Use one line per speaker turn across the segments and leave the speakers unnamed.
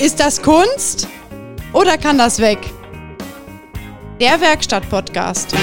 Ist das Kunst oder kann das weg? Der Werkstatt-Podcast.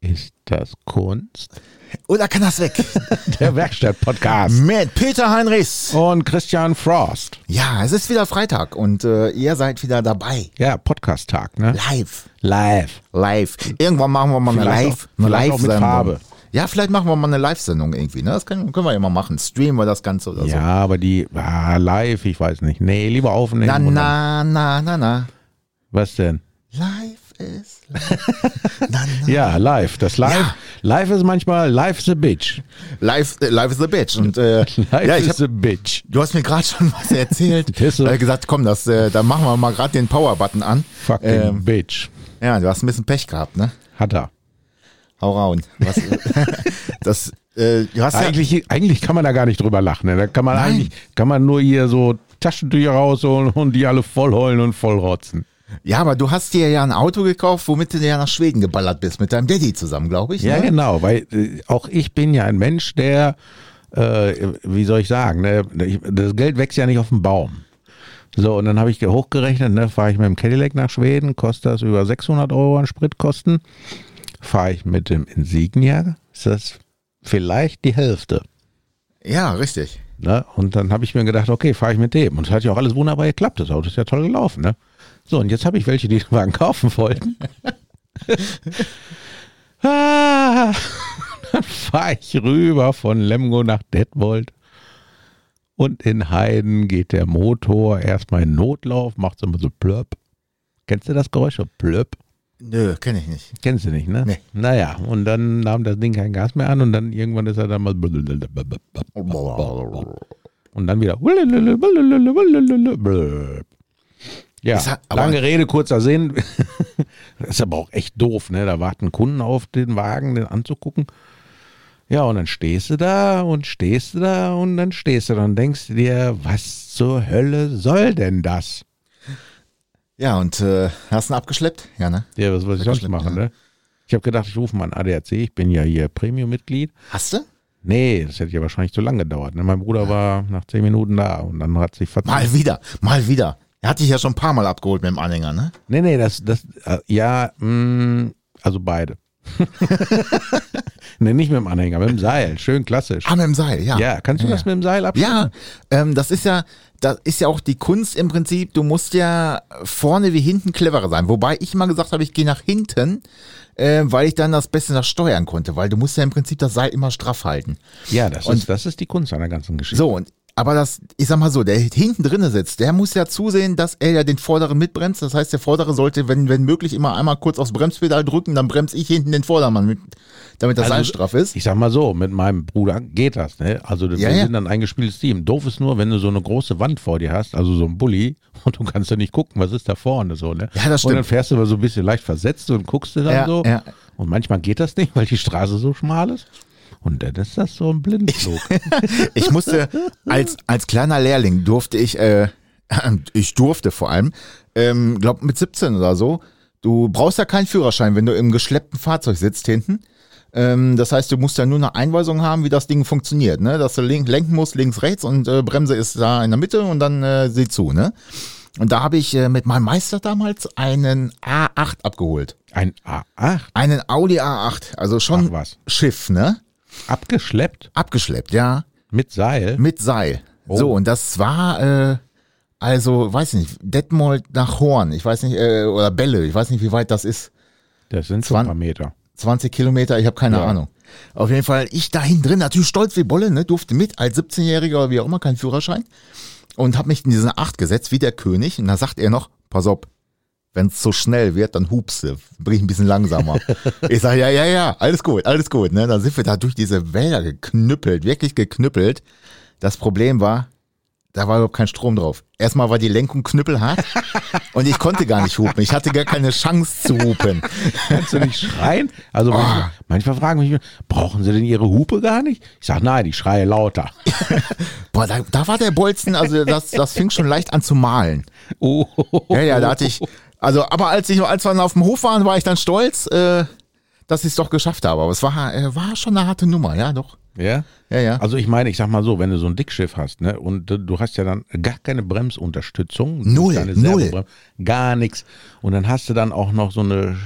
Ist das Kunst?
Oder kann das weg?
Der Werkstatt-Podcast.
Mit Peter Heinrichs.
Und Christian Frost.
Ja, es ist wieder Freitag und äh, ihr seid wieder dabei.
Ja, Podcast-Tag, ne?
Live.
Live.
Live. Irgendwann machen wir mal
Vielleicht
eine
auch-
Live, eine
vielleicht auch mit
Live-Sendung.
Farbe.
Ja, vielleicht machen wir mal eine Live-Sendung irgendwie. Ne? Das können, können wir ja mal machen. Streamen wir das Ganze oder
Ja,
so.
aber die ah, live, ich weiß nicht. Nee, lieber aufnehmen.
Na,
und-
na, na, na, na.
Was denn?
Live ist live. na, na.
Ja, live. Das live.
Ja.
Live ist manchmal live the bitch.
Live, äh, live is the bitch. Und, äh,
Live
ja, ich hab,
is the bitch.
Du hast mir gerade schon was erzählt.
Das ist so-
äh, gesagt, komm, das, äh, dann machen wir mal gerade den Power-Button an.
Fucking
Ähm,
bitch.
ja, du hast ein bisschen Pech gehabt, ne?
Hat er.
Hau raun. Was, das, äh, du hast ja,
Eigentlich, eigentlich kann man da gar nicht drüber lachen. Ne? Da kann man
Nein.
eigentlich, kann man nur hier so Taschentücher rausholen und die alle voll heulen und voll rotzen.
ja, aber du hast dir ja ein Auto gekauft, womit du ja nach Schweden geballert bist, mit deinem Daddy zusammen, glaube ich.
Ja,
ne?
genau, weil äh, auch ich bin ja ein Mensch, der, äh, wie soll ich sagen, ne, ich, das Geld wächst ja nicht auf dem Baum. So, und dann habe ich ge- hochgerechnet, ne, fahre ich mit dem Cadillac nach Schweden, kostet das über 600 Euro an Spritkosten. Fahre ich mit dem Insignia, ist das vielleicht die Hälfte.
Ja, richtig.
Ne? Und dann habe ich mir gedacht, okay, fahre ich mit dem. Und es hat ja auch alles wunderbar geklappt. Das Auto ist ja toll gelaufen. Ne? So, und jetzt habe ich welche, die den Wagen kaufen wollten. ah, dann fahre ich rüber von Lemgo nach Detmold. Und in Heiden geht der Motor erstmal in Notlauf, macht so immer so plöpp. Kennst du das Geräusch? So Plöpp.
Nö, kenne ich nicht.
Kennst du nicht, ne?
Nee.
Naja, und dann nahm das Ding kein Gas mehr an und dann irgendwann ist er dann mal. Oh, Und dann wieder. Ja,
Ist halt- aber-
lange Rede, kurzer Sinn. das ist aber auch echt doof, ne? Da warten Kunden auf den Wagen, den anzugucken. Ja, und dann stehst du da und stehst du da und dann stehst du da und denkst dir, was zur Hölle soll denn das?
Ja, und äh, hast ihn abgeschleppt? Ja, ne?
Ja, was soll ich sonst
schlimm,
machen,
ja.
ne? Ich habe gedacht, ich rufe mal an ADAC, ich bin ja hier Premium-Mitglied.
Hast du?
Nee, das hätte ja wahrscheinlich zu lang gedauert. Ne? Mein Bruder war nach zehn Minuten da und dann hat sich verzeiht.
Mal wieder, mal wieder. Er hat dich ja schon ein paar Mal abgeholt mit dem Anhänger, ne?
Nee, nee, das, das, äh, ja, mh, also beide. nee, nicht mit dem Anhänger, mit dem Seil. Schön klassisch.
Ah, mit dem Seil, ja.
Ja, kannst du das mit dem Seil ab?
Ja, ähm, das ist ja, das ist ja auch die Kunst im Prinzip. Du musst ja vorne wie hinten cleverer sein. Wobei ich mal gesagt habe, ich gehe nach hinten, äh, weil ich dann das Beste nach steuern konnte, weil du musst ja im Prinzip das Seil immer straff halten.
Ja, das
Und-
ist, das ist die Kunst an der ganzen Geschichte.
So und aber das, ich sag mal so, der hinten drinne sitzt, der muss ja zusehen, dass er ja den Vorderen mitbremst. Das heißt, der Vordere sollte, wenn, wenn möglich, immer einmal kurz aufs Bremspedal drücken, dann bremse ich hinten den Vordermann mit, damit das Seil straff ist.
Ich sag mal so, mit meinem Bruder geht das, ne? Also wir
Ja, ja.
sind dann ein eingespieltes Team. Doof ist nur, wenn du so eine große Wand vor dir hast, also so ein Bulli, und du kannst ja nicht gucken, was ist da vorne so, ne?
Ja, das
Und dann
stimmt.
fährst du aber so ein bisschen leicht versetzt und guckst du dann
Ja,
so.
ja.
Und manchmal geht das nicht, weil die Straße so schmal ist. Und dann ist das so ein Blindflug.
Ich musste als, als kleiner Lehrling durfte ich, äh, ich durfte vor allem, ähm, glaub mit 17 oder so, du brauchst ja keinen Führerschein, wenn du im geschleppten Fahrzeug sitzt hinten. Ähm, das heißt, du musst ja nur eine Einweisung haben, wie das Ding funktioniert, ne? Dass du link, lenken musst, links, rechts und äh, Bremse ist da in der Mitte und dann äh, sieh zu, ne? Und da habe ich äh, mit meinem Meister damals einen A8 abgeholt.
ein A8
Einen Audi A8, also schon
Ach was.
Schiff, ne?
abgeschleppt
Abgeschleppt, ja.
mit Seil.
Mit Seil. So, und das war, äh, also, weiß nicht, Detmold nach Horn, ich weiß nicht, äh, oder Bälle, ich weiß nicht, wie weit das ist.
Das sind schon ein
Zwan-
paar Meter.
20 Kilometer, ich habe keine Ahnung. Auf jeden Fall, ich dahin drin, natürlich stolz wie Bolle, ne, durfte mit, als 17-Jähriger oder wie auch immer, keinen Führerschein. Und habe mich in diesen Acht gesetzt, wie der König. Und da sagt er noch, pass auf, wenn's zu schnell wird, dann hupste, bring ich ein bisschen langsamer. ich sage, ja, ja, ja, alles gut, alles gut. Ne? Dann sind wir da durch diese Wälder geknüppelt, wirklich geknüppelt. Das Problem war, da war überhaupt kein Strom drauf. Erstmal war die Lenkung knüppelhart und ich konnte gar nicht hupen. Ich hatte gar keine Chance zu hupen.
Kannst du nicht schreien? Also manchmal, manchmal fragen mich, brauchen sie denn ihre Hupe gar nicht? Ich sage, nein, ich schreie lauter.
Boah, da, da war der Bolzen, also das, das fing schon leicht an zu malen.
Oh.
Ja, ja, da hatte ich, Also, aber als, ich, als wir dann auf dem Hof waren, war ich dann stolz, äh, dass ich es doch geschafft habe. Aber es war, äh, war schon eine harte Nummer, ja, doch.
Ja?
Ja, ja.
Also ich meine, ich sag mal so, wenn du so ein Dickschiff hast, ne, und du- du hast ja dann gar keine Bremsunterstützung,
Null,
keine
null.
Servobrem- gar nichts. Und dann hast du dann auch noch so eine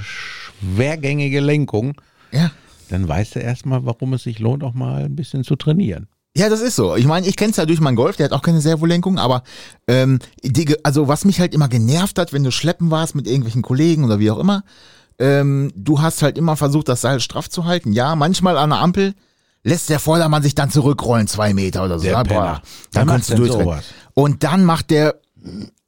schwergängige Lenkung,
ja.
dann weißt du erstmal, warum es sich lohnt, auch mal ein bisschen zu trainieren.
Ja, das ist so. Ich meine, ich kenne es ja durch meinen Golf, der hat auch keine Servolenkung, aber ähm, die, ge- also was mich halt immer genervt hat, wenn du schleppen warst mit irgendwelchen Kollegen oder wie auch immer, ähm, du hast halt immer versucht, das Seil straff zu halten. Ja, manchmal an der Ampel lässt der Vordermann sich dann zurückrollen, zwei Meter oder so.
Der
Ja,
Penner.
boah,
Wer
Dann
macht
kannst du
denn
durchrennen.
sowas?
Und dann macht der,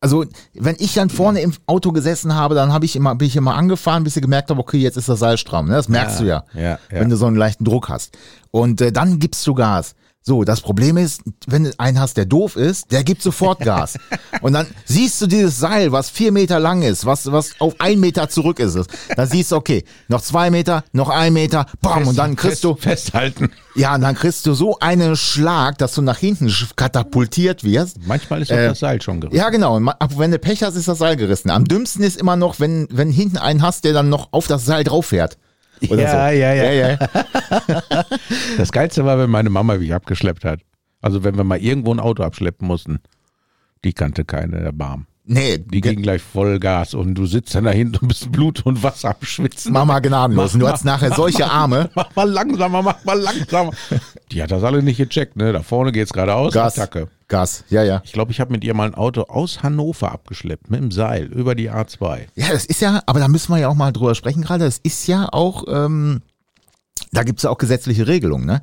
also wenn ich dann vorne im Auto gesessen habe, dann habe ich immer, bin ich immer angefahren, bis ich gemerkt habe, okay, jetzt ist das Seil stramm. Ne? Das merkst
Ja,
du
ja,
ja,
ja.
wenn du so einen leichten Druck hast. Und äh, dann gibst du Gas. So, das Problem ist, wenn du einen hast, der doof ist, der gibt sofort Gas. Und dann siehst du dieses Seil, was vier Meter lang ist, was, was auf ein Meter zurück ist. Dann siehst du, okay, noch zwei Meter, noch ein Meter, bam, und dann kriegst
Fest-
du,
Festhalten.
ja, und dann kriegst du so einen Schlag, dass du nach hinten sch- katapultiert wirst.
Manchmal ist doch
Äh,
das Seil schon gerissen.
Ja, genau. Und ma- ab- wenn du Pech hast, ist das Seil gerissen. Am dümmsten ist immer noch, wenn, wenn hinten einen hast, der dann noch auf das Seil drauf fährt. Oder
Ja,
so.
ja, ja.
ja, ja.
Das Geilste war, wenn meine Mama mich abgeschleppt hat. Also wenn wir mal irgendwo ein Auto abschleppen mussten. Die kannte keine Erbarm.
Nee,
Die
ge-
ging gleich Vollgas und du sitzt dann da hinten und bist Blut und Wasser am Schwitzen.
Mama gnadenlos. Und du
Mach-
hast nachher solche Arme.
Mach mal langsamer, mach mal langsamer. Die hat das alle nicht gecheckt, ne? Da vorne geht's geradeaus.
Gas.
Attacke.
Gas, ja, ja.
Ich glaube, ich habe mit ihr mal ein Auto aus Hannover abgeschleppt, mit dem Seil, über die A2.
Ja, das ist ja, aber da müssen wir ja auch mal drüber sprechen gerade. Das ist ja auch, ähm, da gibt's ja auch gesetzliche Regelungen, ne?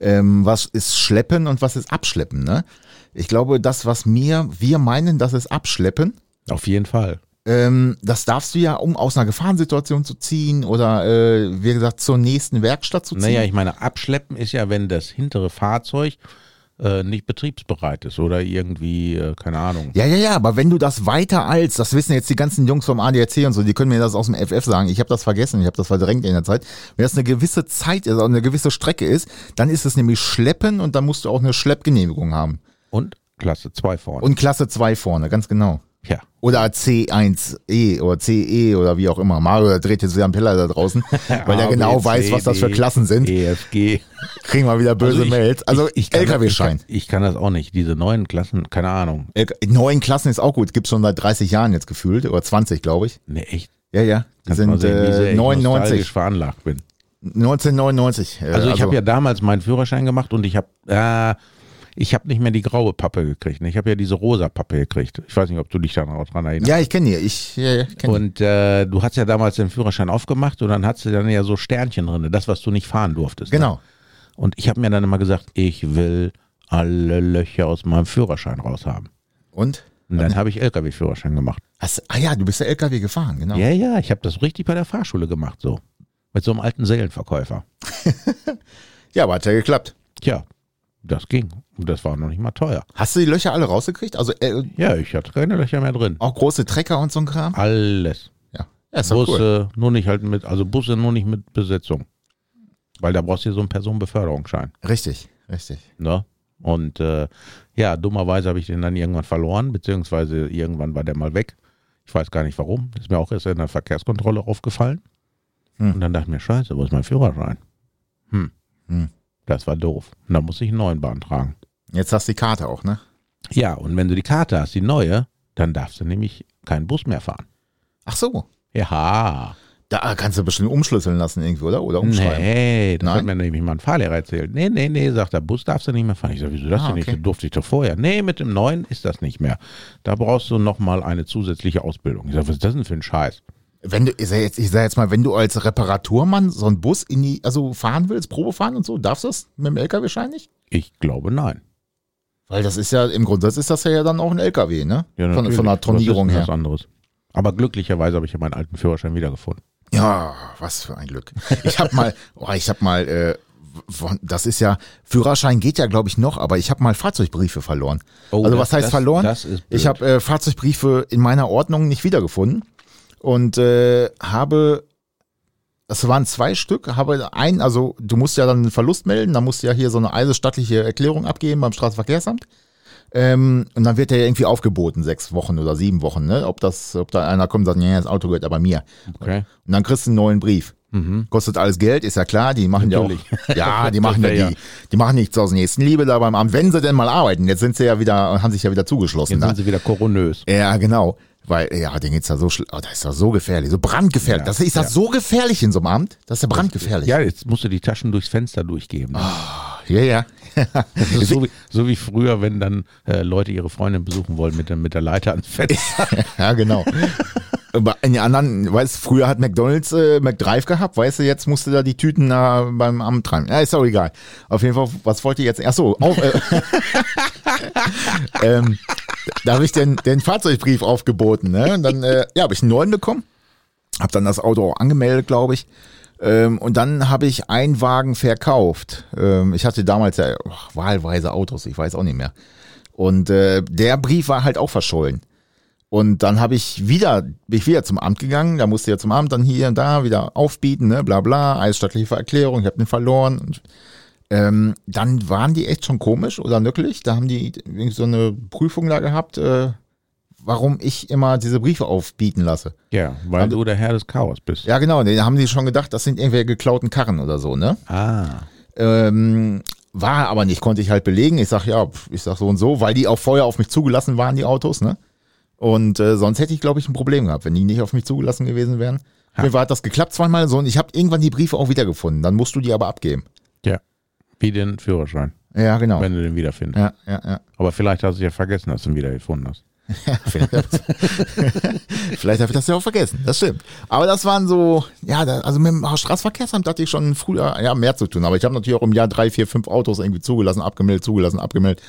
Ähm, was ist Schleppen und was ist Abschleppen, ne? Ich glaube, das, was mir, wir meinen, das ist Abschleppen,
Auf jeden Fall.
Ähm, das darfst du ja, um aus einer Gefahrensituation zu ziehen oder äh, wie gesagt zur nächsten Werkstatt zu ziehen.
Naja, ich meine, abschleppen ist ja, wenn das hintere Fahrzeug äh, nicht betriebsbereit ist oder irgendwie, äh, keine Ahnung.
ja, ja, ja, aber wenn du das weiter als, das wissen jetzt die ganzen Jungs vom ADAC und so, die können mir das aus dem FF sagen, ich habe das vergessen, ich habe das verdrängt in der Zeit. Wenn das eine gewisse Zeit ist, also eine gewisse Strecke ist, dann ist es nämlich Schleppen und dann musst du auch eine Schleppgenehmigung haben.
Und Klasse 2 vorne.
Und Klasse 2 vorne, ganz genau.
ja.
Oder C1E oder CE oder wie auch immer. Mario der dreht jetzt wieder einen Piller da draußen, weil er
A,
genau
B,
weiß,
C,
was das für
D, E,
Klassen sind.
EFG.
Kriegen wir wieder böse Mails. Also
kann-
LKW-Schein.
Ich, kann- ich kann das auch nicht. Diese neuen Klassen, keine Ahnung.
Äh, Neun Klassen ist auch gut, gibt's schon seit 30 Jahren jetzt gefühlt, oder 20, glaube ich.
Nee, echt.
Ja, ja. Die
Kannst mal
sind
sehen, wie sehr
äh,
ich nostalgisch
99,
veranlagt bin.
1999. äh,
Also ich habe ja damals meinen Führerschein gemacht und ich habe äh, ich habe nicht mehr die graue Pappe gekriegt. ne? Ich habe ja diese rosa Pappe gekriegt. Ich weiß nicht, ob du dich da noch dran erinnerst.
Ja, ich kenne die. Ich ja, ja, kenn die.
Und äh, du hast ja damals den Führerschein aufgemacht und dann hattest du dann ja so Sternchen drin, das, was du nicht fahren durftest. Ne?
Genau.
Und ich habe mir dann immer gesagt, ich will alle Löcher aus meinem Führerschein raushaben.
Und?
Und dann habe ich LKW-Führerschein gemacht.
Hast, ah ja, du bist ja LKW gefahren, genau.
Ja, ja, ich habe das richtig bei der Fahrschule gemacht, so. Mit so einem alten Seelenverkäufer.
Ja, aber hat ja geklappt.
Tja, das ging. Und das war noch nicht mal teuer.
Hast du die Löcher alle rausgekriegt? Also äh,
Ja, ich hatte keine Löcher mehr drin.
auch große Trecker und so ein Kram?
Alles.
Ja, ja ist doch cool.
Busse, nur nicht halt mit, also Busse nur nicht mit Besetzung. Weil da brauchst du so einen Personenbeförderungsschein.
Richtig, richtig.
Ne? Und äh, ja, dummerweise habe ich den dann irgendwann verloren, beziehungsweise irgendwann war der mal weg. Ich weiß gar nicht warum. Ist mir auch erst in der Verkehrskontrolle aufgefallen.
Hm.
Und dann dachte ich mir, scheiße, wo ist mein Führerschein? Hm.
Hm.
Das war doof. Und dann musste ich einen neuen beantragen.
Jetzt hast du die Karte auch, ne?
Ja, und wenn du die Karte hast, die neue, dann darfst du nämlich keinen Bus mehr fahren.
Ach so.
Ja.
Da kannst du bestimmt umschlüsseln lassen irgendwie, oder? Oder umschreiben.
Nee, das hat
Nein?
mir nämlich mal ein Fahrlehrer erzählt. Nee, nee, nee, sagt der Bus darfst du nicht mehr fahren. Ich sage, wieso das
Ah,
denn nicht?
okay.
Du durfte ich doch vorher. Nee, mit dem neuen ist das nicht mehr. Da brauchst du nochmal eine zusätzliche Ausbildung. Ich sage, was ist das denn für ein Scheiß?
Wenn du, ich sag jetzt, ich sag jetzt mal, wenn du als Reparaturmann so einen Bus in die, also fahren willst, Probe fahren und so, darfst du das mit dem LKW scheinlich?
Ich glaube, nein.
Weil das ist ja, im Grundsatz ist das ja dann auch ein LKW, ne? von,
natürlich.
von der Turnierung
was ist denn
her.
Was anderes. Aber glücklicherweise habe ich ja meinen alten Führerschein wiedergefunden.
Ja, was für ein Glück. Ich hab mal, oh, ich hab mal, äh, von- das ist ja, Führerschein geht ja, glaube ich, noch, aber ich habe mal Fahrzeugbriefe verloren.
Oh,
also
das-
was heißt
das-
verloren?
das ist blöd.
ich habe äh, Fahrzeugbriefe in meiner Ordnung nicht wiedergefunden und äh, habe, es waren zwei Stück, habe ein, also du musst ja dann einen Verlust melden, dann musst du ja hier so eine eisestattliche Erklärung abgeben beim Straßenverkehrsamt. Ähm, und dann wird der irgendwie aufgeboten, sechs Wochen oder sieben Wochen, ne? Ob das, ob da einer kommt und sagt, ja, das Auto gehört aber mir.
Okay.
Und dann kriegst du einen neuen Brief.
Mhm.
Kostet alles Geld, ist ja klar, die machen ja auch. Ja, die machen ja,
wär ja.
die, die machen nichts aus Nächstenliebe da beim Amt, wenn sie denn mal arbeiten. Jetzt sind sie ja wieder, haben sich ja wieder zugeschlossen.
Jetzt
Da.
sind sie wieder koronös.
Ja, genau. Weil, ja, den geht's da so schl- oh, das ist das so gefährlich, so brandgefährlich.
Ja,
das ist das so gefährlich in so einem Amt. Das ist ja brandgefährlich.
Ja, jetzt musst du die Taschen durchs Fenster durchgeben. Ne?
Ah, ja. ja.
Das ist so, wie, so wie früher, wenn dann äh, Leute ihre Freundin besuchen wollen mit, der- mit der Leiter ans Fenster.
Ja, genau. Aber in den anderen, weißt du, früher hat McDonalds äh, McDrive gehabt, weißt du, jetzt musste da die Tüten da beim Amt treiben. Ja, ist auch egal. Auf jeden Fall, was wollte ich jetzt? Ach so, auch, äh, ähm, da habe ich den, den Fahrzeugbrief aufgeboten, ne? Und dann, äh, ja, habe ich einen neuen bekommen, habe dann das Auto auch angemeldet, glaube ich. Ähm, und dann habe ich einen Wagen verkauft. Ähm, ich hatte damals ja ach, wahlweise Autos, ich weiß auch nicht mehr. Und äh, der Brief war halt auch verschollen. Und dann habe ich wieder, bin ich wieder zum Amt gegangen, da musste ja zum Amt dann hier und da wieder aufbieten, ne, bla bla, eisstattliche Erklärung, ich habe den verloren. Und, ähm, dann waren die echt schon komisch oder nöckelig. Da haben die irgendwie so eine Prüfung da gehabt, äh, warum ich immer diese Briefe aufbieten lasse.
Ja, weil
Also-
du der Herr des Chaos bist.
Ja, genau, da haben die schon gedacht, das sind irgendwelche geklauten Karren oder so, ne?
Ah.
Ähm, war aber nicht, konnte ich halt belegen. Ich sag ja, pf, ich sag so und so, weil die auch vorher auf mich zugelassen waren, die Autos, ne? Und äh, sonst hätte ich, glaube ich, ein Problem gehabt, wenn die nicht auf mich zugelassen gewesen wären. Mir war hat das geklappt zweimal so und ich habe irgendwann die Briefe auch wiedergefunden. Dann musst du die aber abgeben.
Ja. Wie den Führerschein,
Ja, genau.
wenn du den wiederfindest.
Ja, ja, ja.
Aber vielleicht hast du ja vergessen, dass du ihn wiedergefunden hast.
Vielleicht Vielleicht habe ich das ja auch vergessen. Das stimmt. Aber das waren so, ja, da, also mit dem Straßenverkehrsamt hatte ich schon früher ja, mehr zu tun. Aber ich habe natürlich auch im Jahr drei, vier, fünf Autos irgendwie zugelassen, abgemeldet, zugelassen, abgemeldet.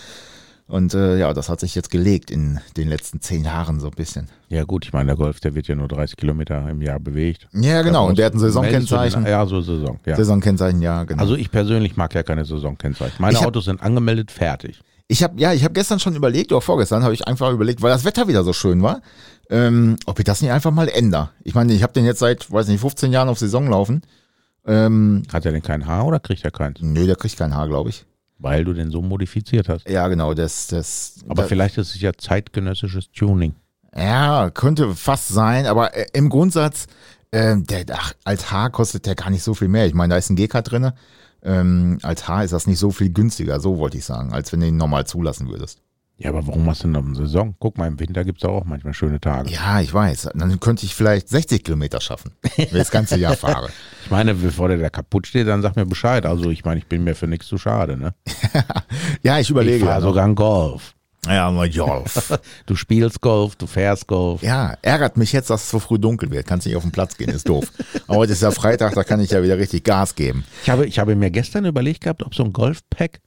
Und äh, ja, das hat sich jetzt gelegt in den letzten zehn Jahren so ein bisschen.
Ja gut, ich meine, der Golf, der wird ja nur 30 Kilometer im Jahr bewegt.
Ja, genau. Und der hat ein
Meldest du den-
Saisonkennzeichen.
Ja, so Saison. Ja.
Saisonkennzeichen, ja, genau.
Also ich persönlich mag ja keine Saisonkennzeichen. Meine
Ich hab-
Autos sind angemeldet, fertig.
Ich habe ja, ich habe gestern schon überlegt, oder vorgestern habe ich einfach überlegt, weil das Wetter wieder so schön war, ähm, ob ich das nicht einfach mal ändere. Ich meine, ich habe den jetzt seit, weiß nicht, 15 Jahren auf Saison laufen. Ähm,
Hat er denn kein Haar oder kriegt er keins?
nö, der kriegt kein Haar, glaube ich.
Weil du den so modifiziert hast.
Ja, genau, das, das.
Aber
da,
vielleicht ist es ja zeitgenössisches Tuning.
Ja, könnte fast sein, aber äh, im Grundsatz, ähm, der, ach, als Haar kostet der gar nicht so viel mehr. Ich meine, da ist ein GK drinne. Ähm, als Haar ist das nicht so viel günstiger, so wollte ich sagen, als wenn du ihn normal zulassen würdest.
Ja, aber warum machst du denn auf eine Saison? Guck mal, im Winter gibt's da auch manchmal schöne Tage.
Ja, ich weiß. Dann könnte ich vielleicht 60 Kilometer schaffen, wenn ich das ganze Jahr fahre.
Ich meine, bevor der da kaputt steht, dann sag mir Bescheid. Also ich meine, ich bin mir für nichts zu schade. Ne?
Ja, ich
Ich
überlege.
fahr
ja,
sogar einen Golf.
ja, mal Golf.
Du spielst Golf, du fährst Golf.
Ja, ärgert mich jetzt, dass es so früh dunkel wird. Kannst nicht auf den Platz gehen, ist doof. Aber heute ist ja Freitag, da kann ich ja wieder richtig Gas geben.
Ich habe, ich habe mir gestern überlegt gehabt, ob so ein Golfpack,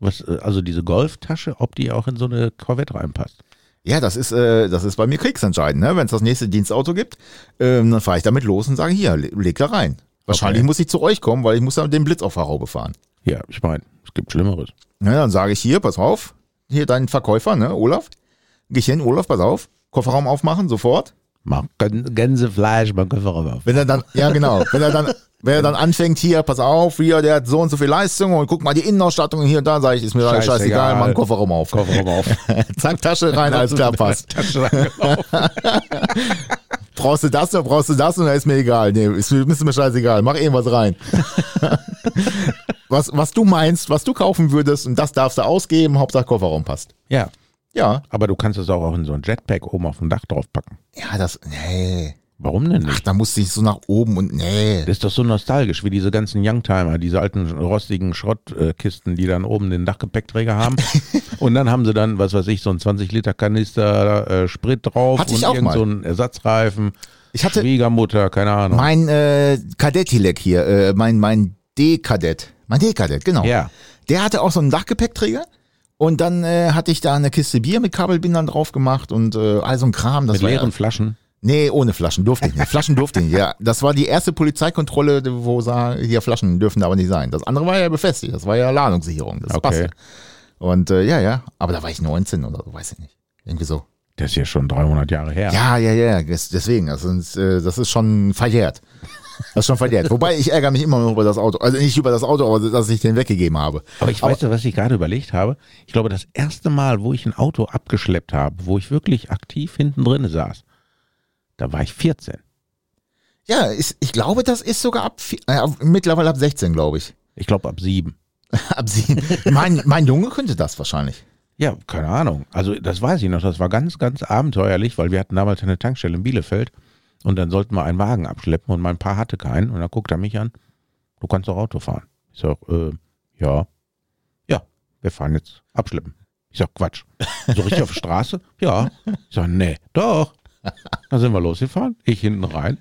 was, äh, also diese Golftasche, ob die auch in so eine Corvette reinpasst.
Ja, das ist, äh, das ist bei mir kriegsentscheidend. Ne? Wenn es das nächste Dienstauto gibt, ähm, dann fahre ich damit los und sage, hier, le- leg da rein. Wahrscheinlich
Okay.
muss ich zu euch kommen, weil ich muss dann den Blitz auf der Haube fahren.
Ja, ich meine, es gibt Schlimmeres.
Ne, dann sage ich hier, pass auf, hier deinen Verkäufer, ne, Olaf. Geh ich hin, Olaf, pass auf, Kofferraum aufmachen, sofort.
Mach Gän- Gänsefleisch beim Kofferraum auf.
Wenn er dann, ja genau, wenn er dann, wenn er dann anfängt, hier, pass auf, hier, der hat so und so viel Leistung und guck mal die Innenausstattung hier und da, sage ich, ist mir alles
Scheißegal.
scheißegal, mach einen Kofferraum auf.
Kofferraum auf.
Zack, Tasche rein, alles klar, passt.
Tasche reingelaufen.
brauchst du das oder brauchst du das und dann ist mir egal. Nee, ist, mir- ist mir scheißegal. Mach irgendwas rein. was, was du meinst, was du kaufen würdest und das darfst du ausgeben, Hauptsache Kofferraum passt.
ja,
Ja.
aber du kannst es auch, auch in so ein Jetpack oben auf dem Dach draufpacken.
Ja, das, nee.
Warum denn
Ach,
nicht?
da musste ich so nach oben und, nee.
Das ist doch so nostalgisch, wie diese ganzen Youngtimer, diese alten rostigen Schrottkisten, die dann oben den Dachgepäckträger haben. und dann haben sie dann, was weiß ich, so einen 20-Liter-Kanister äh, Sprit drauf
Hatte ich
und
auch
irgend
mal.
so einen Ersatzreifen.
Ich hatte-
Schwiegermutter, keine Ahnung.
Mein äh, Kadettilek hier, äh, mein, mein D-Kadett. Mein D-Kadett, genau.
Ja.
Der hatte auch so einen Dachgepäckträger. Und dann äh, hatte ich da eine Kiste Bier mit Kabelbindern drauf gemacht und äh, all so ein Kram. Das
Mit
war ja-
leeren Flaschen.
Nee, ohne Flaschen durfte ich nicht. Flaschen durfte ich nicht. Ja, das war die erste Polizeikontrolle, wo sah, hier Flaschen dürfen aber nicht sein. Das andere war ja befestigt, das war ja Ladungssicherung, das
Okay.
passte. Und äh, ja, ja, aber da war ich 19 oder so, weiß ich nicht. Irgendwie so.
Das ist ja schon 300 Jahre her.
Ja, ja, ja, des- deswegen, das ist, äh, das ist schon verjährt. Das ist schon verjährt. Wobei ich ärgere mich immer noch über das Auto. Also nicht über das Auto, aber dass ich den weggegeben habe.
Aber ich weiß, was ich gerade überlegt habe. Ich glaube, das erste Mal, wo ich ein Auto abgeschleppt habe, wo ich wirklich aktiv hinten drin saß, da war ich 14.
Ja, ist, ich glaube, das ist sogar ab vi- äh, ab- mittlerweile ab 16, glaube ich.
Ich glaube ab sieben.
Ab sieben. mein, mein Junge könnte das wahrscheinlich.
Ja, keine Ahnung. Also das weiß ich noch. Das war ganz, ganz abenteuerlich, weil wir hatten damals eine Tankstelle in Bielefeld und dann sollten wir einen Wagen abschleppen und mein Paar hatte keinen und dann guckt er mich an, du kannst doch Auto fahren. Ich sag, äh, ja, ja, wir fahren jetzt abschleppen. Ich sag, Quatsch. So richtig auf die Straße? Ja. Ich sag, nee, doch. Dann sind wir losgefahren, ich hinten rein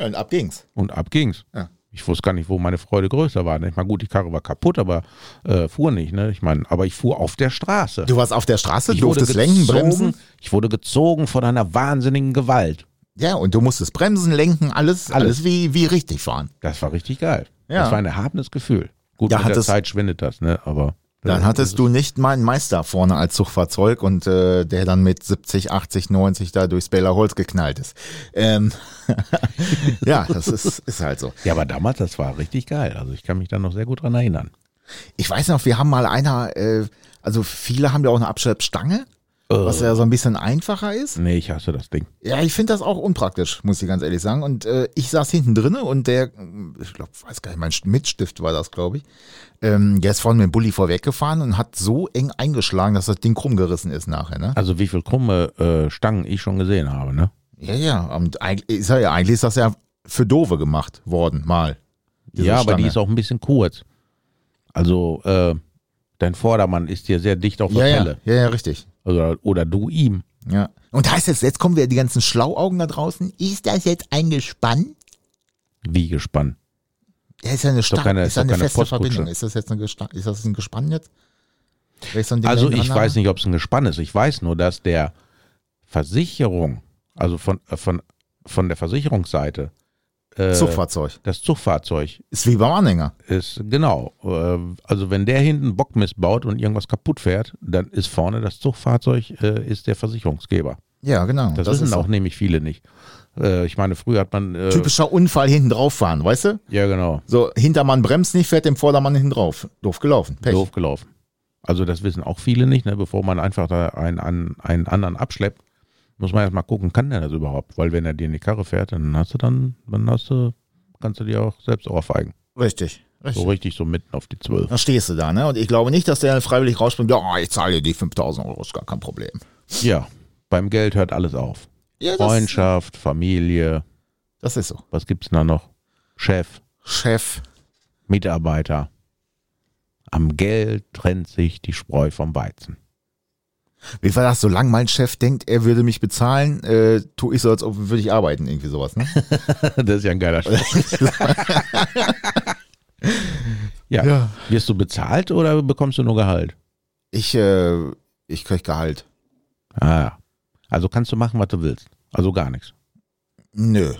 Ja, und ab ging's.
und ab ging's.
Ja.
Ich wusste gar nicht, wo meine Freude größer war. ne? Ich meine, gut, die Karre war kaputt, aber äh, fuhr nicht. Ne? Ich meine, aber ich fuhr auf der Straße.
Du warst auf der Straße,
Ich wurde
durftest lenken, bremsen.
Ich wurde gezogen von einer wahnsinnigen Gewalt.
Ja, und du musstest bremsen, lenken, alles, alles, wie, wie richtig fahren.
Das war richtig geil.
Ja.
Das war ein erhabenes Gefühl. Gut,
Da
mit der
hattest-
Zeit schwindet das, ne? Aber
Dann hattest
also
du nicht mal einen Meister vorne als Zugfahrzeug und äh, der dann mit 70, 80, 90 da durchs Bähler Holz geknallt ist. Ähm, ja, das ist, ist halt so.
Ja, aber damals, das war richtig geil. Also ich kann mich da noch sehr gut dran erinnern.
Ich weiß noch, wir haben mal einer, äh, also viele haben ja auch eine Abschleppstange,
Äh.
was ja so ein bisschen einfacher ist.
Nee, ich hasse das Ding.
Ja, ich finde das auch unpraktisch, muss ich ganz ehrlich sagen. Und äh, ich saß hinten drinne und der, ich glaube, weiß gar nicht, mein Mitstift war das, glaube ich, ähm, der ist vorne mit dem Bulli vorweggefahren und hat so eng eingeschlagen, dass das Ding krumm gerissen ist nachher, ne?
Also wie viel krumme äh, Stangen ich schon gesehen habe, ne?
Ja, ja. Und eigentlich ist, ja, eigentlich ist das ja für Dove gemacht worden, mal. diese
ja, aber die
Stange.
ist auch ein bisschen kurz. Also äh, dein Vordermann ist dir sehr dicht auf der
ja, ja,
Pelle.
ja, ja, richtig.
Oder, oder du ihm.
Ja. Und heißt jetzt, jetzt kommen wir die ganzen Schlauaugen da draußen. Ist das jetzt ein Gespann?
Wie gespannt.
Ja, ist ja eine,
doch
Stange,
keine-
ist
ist
ja
doch
eine
keine
feste
Postkutsche.
Verbindung. Ist das jetzt ein Gespann, ist das ein Gespann jetzt? Wenn so ein Ding
Also
da hinten
ich
dran
weiß
habe?
nicht, ob es ein Gespann ist. Ich weiß nur, dass der Versicherung, also von, äh, von, von der Versicherungsseite, äh,
Zugfahrzeug.
das Zugfahrzeug
Ist wie beim Anhänger.
ist genau. Äh, also wenn der hinten Bock missbaut und irgendwas kaputt fährt, dann ist vorne das Zugfahrzeug äh, ist der Versicherungsgeber.
Ja, genau.
Das, wissen
ist
auch nämlich viele nicht. Äh, ich meine, früher hat man äh,
Typischer Unfall hinten drauf fahren, weißt du?
ja genau
So, Hintermann bremst nicht, fährt dem Vordermann hinten drauf. Doof gelaufen. Pech.
doof gelaufen. Also das wissen auch viele nicht, ne? bevor man einfach da einen, an- einen anderen abschleppt, muss man erstmal gucken, kann der das überhaupt? Weil wenn er dir in die Karre fährt, dann hast du dann, dann hast du, kannst du dir auch selbst ohrfeigen.
Richtig.
So
Richtig.
richtig so mitten auf die Zwölf.
Dann stehst du da, ne? Und ich glaube nicht, dass der freiwillig rausspringt, ja, ah, ich zahle dir die 5000 Euro, ist gar kein Problem.
Ja, beim Geld hört alles auf.
Ja, das,
Freundschaft, Familie,
das ist so.
was gibt's denn da noch? Chef,
Chef.
Mitarbeiter. Am Geld trennt sich die Spreu vom Weizen.
Wie war das? Solange mein Chef denkt, er würde mich bezahlen, äh, tue ich so, als ob würde ich arbeiten, irgendwie sowas, ne?
Das ist ja ein geiler Spruch. ja.
Ja.
Wirst du bezahlt oder bekommst du nur Gehalt?
Ich, äh, ich krieg Gehalt.
Ah. Also kannst du machen, was du willst. Also gar nichts.
Nö.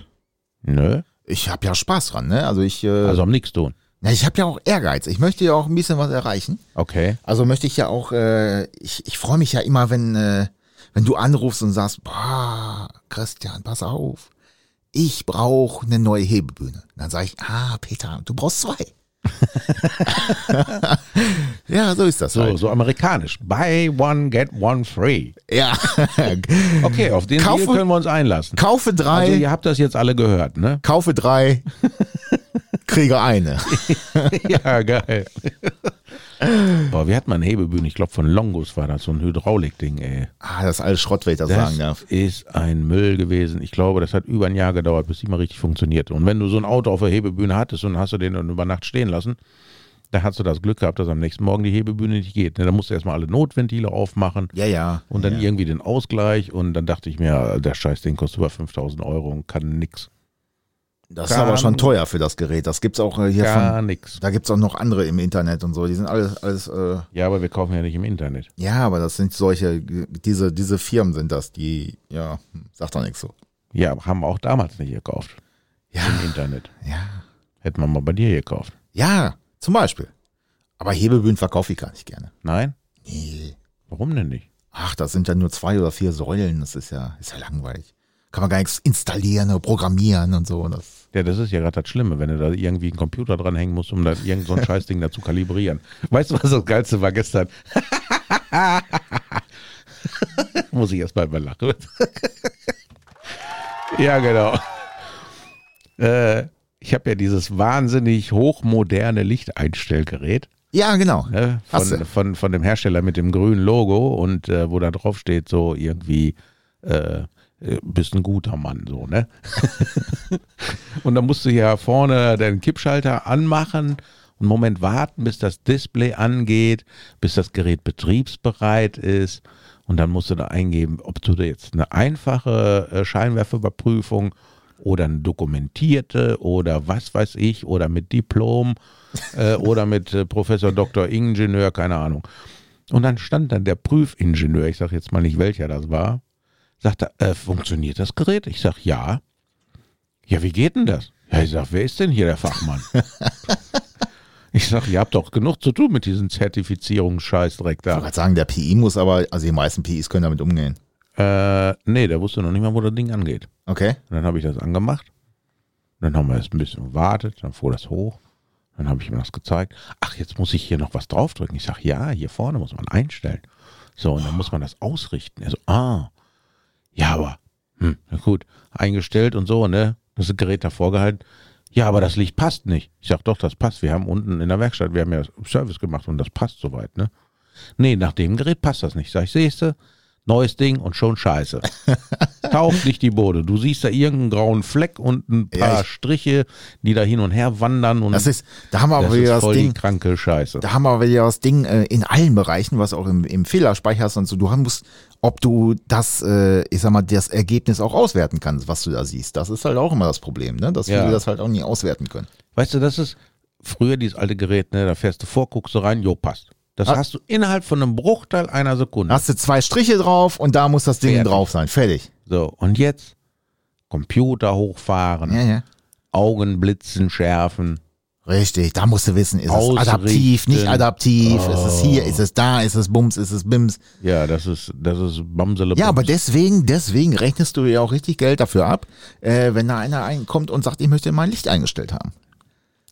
Nö.
Ich habe ja Spaß dran, ne? Also ich, äh,
Also am nichts tun.
na, ich habe ja auch Ehrgeiz. Ich möchte ja auch ein bisschen was erreichen.
Okay.
Also möchte ich ja auch, äh, ich, ich freue mich ja immer, wenn, äh, wenn du anrufst und sagst, boah, Christian, pass auf, ich brauche eine neue Hebebühne. Dann sage ich, ah, Peter, du brauchst zwei. ja, so ist das
So,
halt.
so amerikanisch. Buy one, get one free.
Ja,
Okay, auf den
Kaufe-
Deal können wir uns einlassen.
kaufe drei,
Also ihr habt das jetzt alle gehört, ne?
kaufe drei, kriege eine.
Ja, geil. Boah, wie hat man Hebebühnen? Ich glaube, von Longus war das so ein Hydraulikding, ey.
Ah, das ist alles Schrott, wenn ich das, sagen
Das
darf.
ist ein Müll gewesen. Ich glaube, das hat über ein Jahr gedauert, bis die mal richtig funktionierte. Und wenn du so ein Auto auf der Hebebühne hattest und hast du den dann über Nacht stehen lassen, dann hast du das Glück gehabt, dass am nächsten Morgen die Hebebühne nicht geht. ne? Da musst du erstmal alle Notventile aufmachen
Ja, ja.
und dann
ja.
irgendwie den Ausgleich. Und dann dachte ich mir, der Scheiß, den kostet über 5000 Euro und kann nix.
Das ist aber
Kahn-
schon teuer für das Gerät. Das gibt's auch äh, hier
Gar
von.
nix.
Da gibt's auch noch andere im Internet und so. Die sind alles, alles. Äh,
Ja, aber wir kaufen ja nicht im Internet.
ja, aber das sind solche. Diese, diese Firmen sind das. Die. Ja, hm, sagt doch nichts so.
Ja, aber haben wir auch damals nicht gekauft.
Ja,
Im Internet.
ja,
Hätten wir mal bei dir gekauft.
ja. Zum Beispiel. Aber Hebebühnen verkaufe ich gar nicht gerne.
Nein?
Nee.
Warum denn nicht?
Ach, das sind ja nur zwei oder vier Säulen. Das ist ja, ist ja langweilig. kann man gar nichts installieren oder programmieren und so. Das,
Ja, das ist ja gerade das Schlimme, wenn du da irgendwie einen Computer dranhängen musst, um da irgend so ein Scheißding da zu kalibrieren. Weißt du, was das Geilste war gestern? Muss ich erst mal überlachen. ja, genau. Äh, ich habe ja dieses wahnsinnig hochmoderne Lichteinstellgerät
ja, genau.
ne,
Hast
von,
du.
von, von dem Hersteller mit dem grünen Logo und äh, wo da drauf steht, so irgendwie, äh, äh, bist ein guter Mann, so, ne? und dann musst du hier vorne den Kippschalter anmachen. Einen Moment warten, bis das Display angeht, bis das Gerät betriebsbereit ist. Und dann musst du da eingeben, ob du da jetzt eine einfache äh, Scheinwerferüberprüfung oder eine dokumentierte oder was weiß ich oder mit Diplom äh, oder mit äh, Professor Dr. Ingenieur, keine Ahnung. Und dann stand dann der Prüfingenieur, ich sage jetzt mal nicht welcher das war, sagte, äh, funktioniert das Gerät? Ich sage, ja. Ja, wie geht denn das? Ja, ich sag, wer ist denn hier der Fachmann? ich sag, ihr habt doch genug zu tun mit diesen Zertifizierungsscheißdreck
Ich
da.
wollte sagen, der PI muss aber, also die meisten PIs können damit umgehen.
Äh, nee, der wusste noch nicht mal, wo das Ding angeht.
Okay?
Und dann habe ich das angemacht. Und dann haben wir erst ein bisschen gewartet, dann fuhr das hoch. Dann habe ich ihm das gezeigt. Ach, jetzt muss ich hier noch was draufdrücken. Ich sage, ja, hier vorne muss man einstellen. So, und dann muss man das ausrichten. Er so, ah, ja, aber, hm, na gut, eingestellt und so, ne? Das Gerät da vorgehalten. Ja, aber das Licht passt nicht. Ich sage, doch, das passt. Wir haben unten in der Werkstatt, wir haben ja Service gemacht und das passt soweit, ne? Nee, nach dem Gerät passt das nicht. Sag ich, siehste, neues Ding und schon scheiße. Taucht nicht die Bode. Du siehst da irgendeinen grauen Fleck und ein
Ja,
paar
ich-
Striche, die da hin und her wandern und
Das ist, da haben wir
das
aber
ist
wieder das
voll
Ding.
die kranke Scheiße.
Da haben wir wieder das Ding äh, in allen Bereichen, was auch im, im Fehlerspeicher hast und so. Du haben musst, ob du das, äh, ich sag mal, das Ergebnis auch auswerten kannst, was du da siehst. Das ist halt auch immer das Problem, ne? dass
Ja.
viele das halt auch nie auswerten können.
Weißt du, das ist früher dieses alte Gerät, ne? Da fährst du vor, guckst du rein, jo, passt. Das
Ah.
hast du innerhalb von einem Bruchteil einer Sekunde.
Da hast du zwei Striche drauf und da muss das Ding
Fertig.
drauf sein. Fertig.
So, und jetzt Computer hochfahren,
Ja, ja.
Augenblitzen schärfen.
Richtig, da musst du wissen, ist
Ausrichten. Oh.
es adaptiv, nicht adaptiv, ist es hier, ist es da, ist es Bums, ist es Bims.
Ja, das ist, das ist Bamsele.
Ja, aber deswegen, deswegen rechnest du ja auch richtig Geld dafür ab, äh, wenn da einer einkommt und sagt, ich möchte mein Licht eingestellt haben.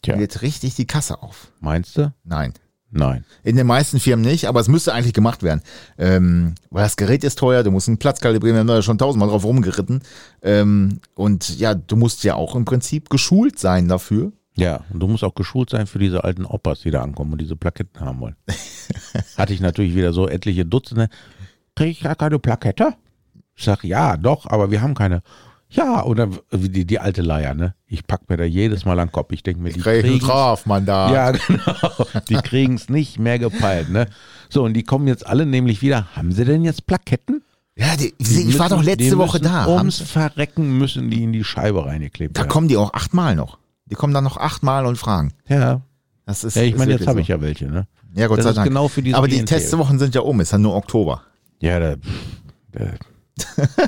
Tja,
Wird richtig die Kasse auf.
meinst du?
Nein.
Nein.
In den meisten Firmen nicht, aber es müsste eigentlich gemacht werden. Ähm, weil das Gerät ist teuer, du musst einen Platz kalibrieren, wir haben da schon tausendmal drauf rumgeritten. Ähm, und ja, du musst ja auch im Prinzip geschult sein dafür.
Ja, und du musst auch geschult sein für diese alten Opas, die da ankommen und diese Plaketten haben wollen. Hatte ich natürlich wieder so etliche Dutzende. Kriege ich gar keine Plakette? Ich sag, ja, doch, aber wir haben keine. Ja, oder die, die alte Leier, ne? Ich pack mir da jedes Mal an den Kopf. Ich denke mir, die kriegen
drauf, man da. Ja.
Ja, genau. Die kriegen es nicht mehr gepeilt, ne? So, und die kommen jetzt alle nämlich wieder. Haben sie denn jetzt Plaketten?
Ja, die,
Die
ich war
müssen-
doch
die
letzte Woche
müssen
da.
Ums Verrecken müssen die in die Scheibe reingeklebt
Da
werden.
kommen die auch achtmal noch. Die kommen dann noch achtmal und fragen.
Ja.
Das ist,
ja, ich
ist
meine, jetzt
wirklich
habe ich
so.
ja welche, ne?
Ja, Gott
das
sei
ist
Dank.
genau für diese
Aber die
Klientel.
Testwochen sind ja um, ist ja nur Oktober.
Ja, da, pff, da,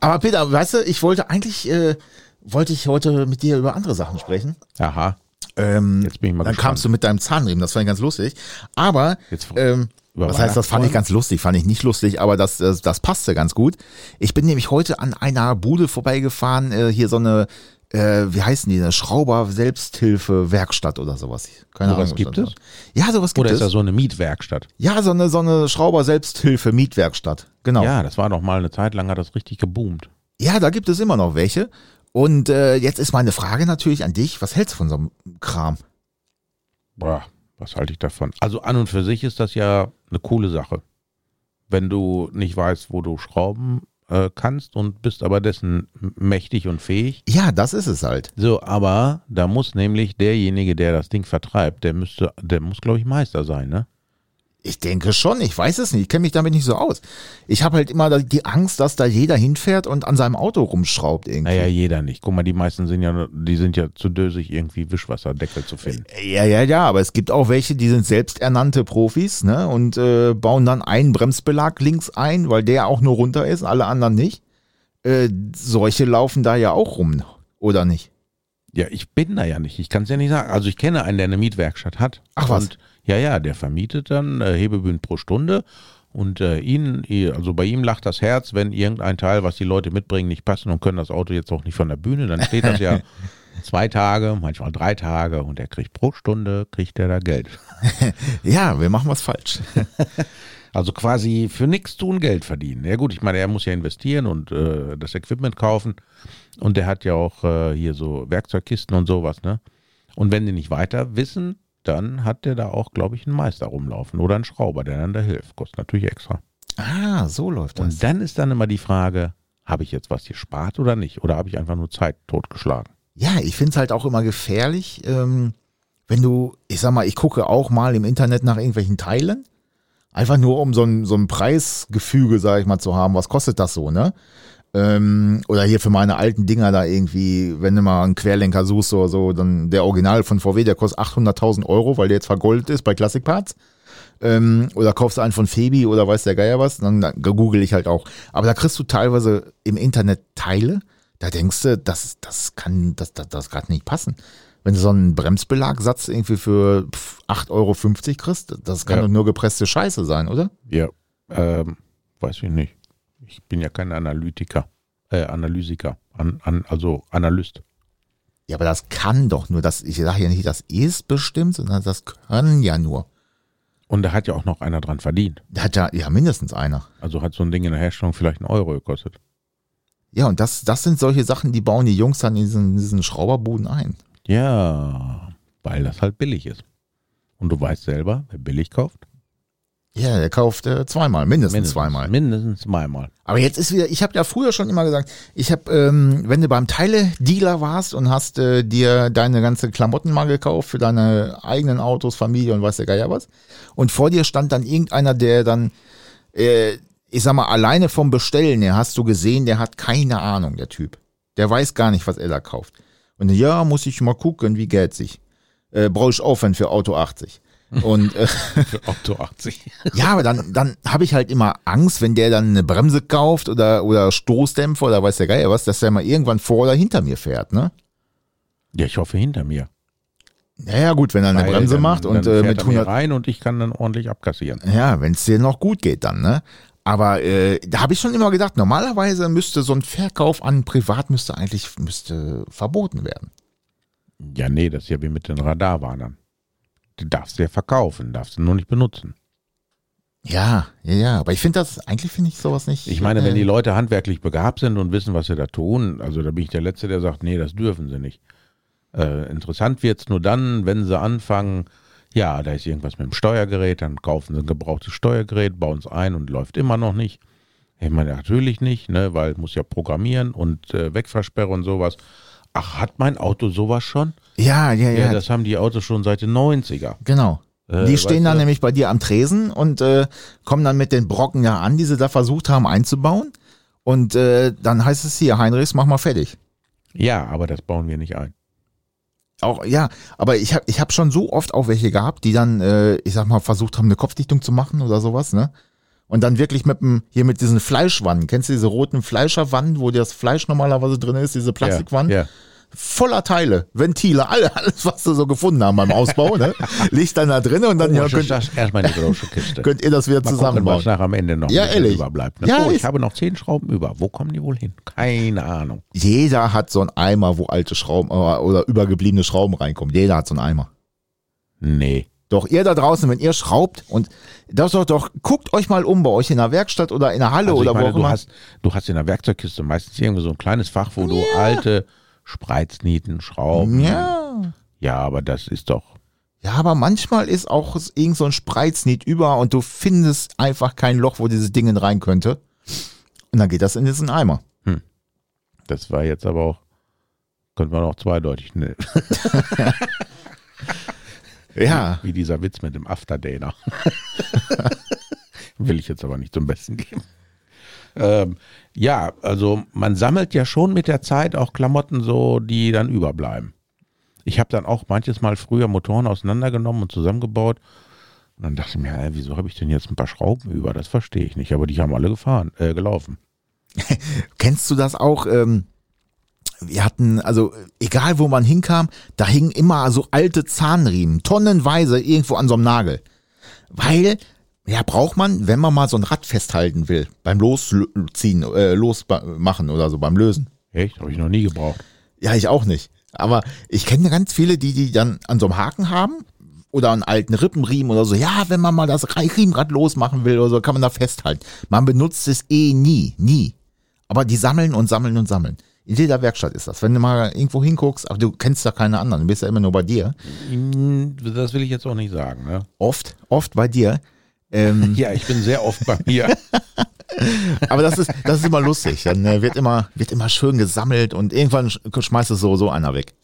Aber Peter, weißt du, ich wollte eigentlich, äh, wollte ich heute mit dir über andere Sachen sprechen.
aha.
Ähm,
Jetzt bin ich mal
dann
gespannt.
kamst du mit deinem Zahnriemen, das fand ich ganz lustig. Aber,
Jetzt fr-
ähm,
über
was heißt, das fand ich ganz lustig, fand ich nicht lustig, aber das, das, das passte ganz gut. Ich bin nämlich heute an einer Bude vorbeigefahren, äh, hier so eine, äh, wie heißen die, eine Schrauber-Selbsthilfe-Werkstatt oder sowas. Keine
Sowas
Ahnung. was
gibt
das
es?
war. Ja, sowas gibt
Oder
es.
ist das so eine Mietwerkstatt?
Ja, so eine, so eine Schrauber-Selbsthilfe-Mietwerkstatt. Genau.
Ja, das war doch mal eine Zeit lang, hat das richtig geboomt.
Ja, da gibt es immer noch welche. Und äh, jetzt ist meine Frage natürlich an dich, was hältst du von so einem Kram?
Boah, was halte ich davon? Also an und für sich ist das ja eine coole Sache. Wenn du nicht weißt, wo du schrauben äh, kannst und bist aber dessen mächtig und fähig.
Ja, das ist es halt.
So, aber da muss nämlich derjenige, der das Ding vertreibt, der müsste, der muss, glaube ich, Meister sein, ne?
Ich denke schon, ich weiß es nicht, ich kenne mich damit nicht so aus. Ich habe halt immer da- die Angst, dass da jeder hinfährt und an seinem Auto rumschraubt irgendwie.
Naja, jeder nicht. Guck mal, die meisten sind ja, die sind ja zu dösig, irgendwie Wischwasserdeckel zu finden.
Äh, Ja, ja, ja, aber es gibt auch welche, die sind selbsternannte Profis ne, und äh, bauen dann einen Bremsbelag links ein, weil der auch nur runter ist, alle anderen nicht. Äh, solche laufen da ja auch rum, oder nicht?
Ja, ich bin da ja nicht. Ich kann es ja nicht sagen. Also ich kenne einen, der eine Mietwerkstatt hat.
Ach was.
Und, ja, ja, der vermietet dann äh, Hebebühnen pro Stunde. Und äh, ihnen, ihr- also bei ihm lacht das Herz, wenn irgendein Teil, was die Leute mitbringen, nicht passen und können das Auto jetzt auch nicht von der Bühne, dann steht das ja zwei Tage, manchmal drei Tage und er kriegt pro Stunde, kriegt er da Geld.
Ja, wir machen was falsch.
Also quasi für nichts tun Geld verdienen. Ja gut, ich meine, er muss ja investieren und äh, das Equipment kaufen. Und der hat ja auch äh, hier so Werkzeugkisten und sowas, ne? Und wenn die nicht weiter wissen, dann hat der da auch, glaube ich, einen Meister rumlaufen oder einen Schrauber, der dann da hilft. Kostet natürlich extra.
Ah, so läuft das.
Und dann ist dann immer die Frage, habe ich jetzt was gespart oder nicht? Oder habe ich einfach nur Zeit totgeschlagen?
Ja, ich finde es halt auch immer gefährlich, ähm, wenn du, ich sag mal, ich gucke auch mal im Internet nach irgendwelchen Teilen. Einfach nur, um so ein, so ein Preisgefüge, sag ich mal, zu haben. Was kostet das so, ne? Ähm, oder hier für meine alten Dinger da irgendwie, wenn du mal einen Querlenker suchst oder so, dann der Original von VW, der kostet 800.000 Euro, weil der jetzt vergoldet ist bei Classic Parts. Ähm, oder kaufst du einen von Febi oder weiß der Geier was, dann, dann google ich halt auch. Aber da kriegst du teilweise im Internet Teile, da denkst du, das, das kann, das, das, das gerade nicht passen. Wenn du so einen Bremsbelagsatz irgendwie für pf, 8,50 Euro kriegst, das kann
Ja.
doch nur gepresste Scheiße sein, oder?
Ja, ähm, weiß ich nicht. Ich bin ja kein Analytiker, äh, Analysiker, an, an, also Analyst.
Ja, aber das kann doch nur, das, ich sage ja nicht, das ist bestimmt, sondern das kann ja nur.
Und da hat ja auch noch einer dran verdient.
Da hat ja, ja mindestens einer.
Also hat so ein Ding in der Herstellung vielleicht einen Euro gekostet.
Ja, und das, das sind solche Sachen, die bauen die Jungs dann in diesen, diesen Schrauberbuden ein.
Ja, weil das halt billig ist. Und du weißt selber, wer billig kauft,
Ja, der kauft äh, zweimal, mindestens, zweimal.
Mindestens zweimal.
Aber jetzt ist wieder, ich habe ja früher schon immer gesagt, ich habe, ähm, wenn du beim Teile-Dealer warst und hast äh, dir deine ganze Klamotten mal gekauft für deine eigenen Autos, Familie und weiß der Geier was, und vor dir stand dann irgendeiner, der dann, äh, ich sag mal, alleine vom Bestellen, der hast du gesehen, der hat keine Ahnung, der Typ. Der weiß gar nicht, was er da kauft. Und ja, muss ich mal gucken, wie geht sich. Äh, Brauche ich Aufwand für Auto 80. Und äh,
Für Auto 80.
ja, aber dann, dann habe ich halt immer Angst, wenn der dann eine Bremse kauft oder, oder Stoßdämpfer oder weiß der Geier was, dass der mal irgendwann vor oder hinter mir fährt, ne?
Ja, ich hoffe hinter mir.
Naja, gut, wenn er eine
Weil
Bremse
dann-
macht und
dann
äh,
fährt
mit
er mir
100.
rein und ich kann dann ordentlich abkassieren.
Ja, wenn es dir noch gut geht, dann, ne? Aber äh, da habe ich schon immer gedacht, normalerweise müsste so ein Verkauf an Privat müsste eigentlich müsste verboten werden.
Ja, nee, das ist ja wie mit den Radarwarnern. Die darfst du ja verkaufen, darfst du nur nicht benutzen.
Ja, ja, ja. Aber ich finde das, eigentlich finde ich sowas nicht.
Ich meine, wenn die
äh,
Leute handwerklich begabt sind und wissen, was sie da tun, also da bin ich der Letzte, der sagt, nee, das dürfen sie nicht. Äh, interessant wird's nur dann, wenn sie anfangen, ja, da ist irgendwas mit dem Steuergerät, dann kaufen sie ein gebrauchtes Steuergerät, bauen es ein und läuft immer noch nicht. Ich meine, natürlich nicht, ne, weil muss ja programmieren und äh, Wegversperre und sowas. Ach, hat mein Auto sowas schon?
Ja, ja,
Ja,
ja.
das haben die Autos schon seit den 90er.
Genau.
Äh,
die
weißt
stehen dann
du?
nämlich bei dir am Tresen und äh, kommen dann mit den Brocken da an, die sie da versucht haben einzubauen. Und äh, dann heißt es hier, Heinrichs, mach mal fertig.
Ja, aber das bauen wir nicht ein.
Auch ja, aber ich habe ich hab schon so oft auch welche gehabt, die dann, äh, ich sag mal, versucht haben, eine Kopfdichtung zu machen oder sowas, ne? Und dann wirklich mit dem, hier mit diesen Fleischwannen. Kennst du diese roten Fleischerwannen, wo das Fleisch normalerweise drin ist, diese Plastikwannen?
Ja, ja.
Voller Teile, Ventile, alle, alles, was sie so gefunden haben beim Ausbau, ne? Liegt dann da drin und dann ja,
Oh,
könnt,
das ist erstmal eine große Kiste.
könnt ihr das wieder
Mal gucken,
zusammenbauen.
was nach am Ende noch
Ja,
ein bisschen
ehrlich.
überbleibt. Ne?
Ja,
oh, ich
ist-
habe noch zehn Schrauben über. Wo kommen die wohl hin? Keine Ahnung.
Jeder hat so einen Eimer, wo alte Schrauben äh, oder übergebliebene Schrauben reinkommen. Jeder hat so einen Eimer.
Nee.
Doch ihr da draußen, wenn ihr schraubt und das doch doch, guckt euch mal um bei euch in der Werkstatt oder in der Halle
Also ich
oder wo
meine,
auch
du
immer.
hast, du hast in der Werkzeugkiste meistens irgendwie so ein kleines Fach, wo du alte Spreiznieten, Schrauben.
ja.
Ja, aber das ist doch.
ja, aber manchmal ist auch irgend so ein Spreizniet über und du findest einfach kein Loch, wo dieses Ding rein könnte. Und dann geht das in diesen Eimer.
Das war jetzt aber auch. Könnte man auch zweideutig ne? nennen.
Ja.
Wie dieser Witz mit dem Afterdaner. Will ich jetzt aber nicht zum Besten geben. Ähm, ja, also man sammelt ja schon mit der Zeit auch Klamotten so, die dann überbleiben. Ich habe dann auch manches Mal früher Motoren auseinandergenommen und zusammengebaut. Und dann dachte ich mir, ey, wieso habe ich denn jetzt ein paar Schrauben über? Das verstehe ich nicht. Aber die haben alle gefahren, äh, gelaufen.
Kennst du das auch? Ähm, wir hatten, also egal wo man hinkam, da hingen immer so alte Zahnriemen, tonnenweise irgendwo an so einem Nagel. Weil Ja, braucht man, wenn man mal so ein Rad festhalten will, beim Losziehen, äh, Losmachen oder so, beim Lösen.
Echt? Habe ich noch nie gebraucht.
Ja, ich auch nicht. Aber ich kenne ganz viele, die die dann an so einem Haken haben oder an alten Rippenriemen oder so. Ja, wenn man mal das Riemenrad losmachen will oder so, kann man da festhalten. Man benutzt es eh nie, nie. Aber die sammeln und sammeln und sammeln. In jeder Werkstatt ist das. Wenn du mal irgendwo hinguckst, aber du kennst da keine anderen, du bist ja immer nur bei dir.
Mm, Das will ich jetzt auch nicht sagen. Ne?
Oft, oft bei dir. Ähm,
Ja, ich bin sehr oft bei mir.
Aber das ist, das ist immer lustig. Dann äh, wird, immer, wird immer schön gesammelt und irgendwann sch- schmeißt es so, so einer weg.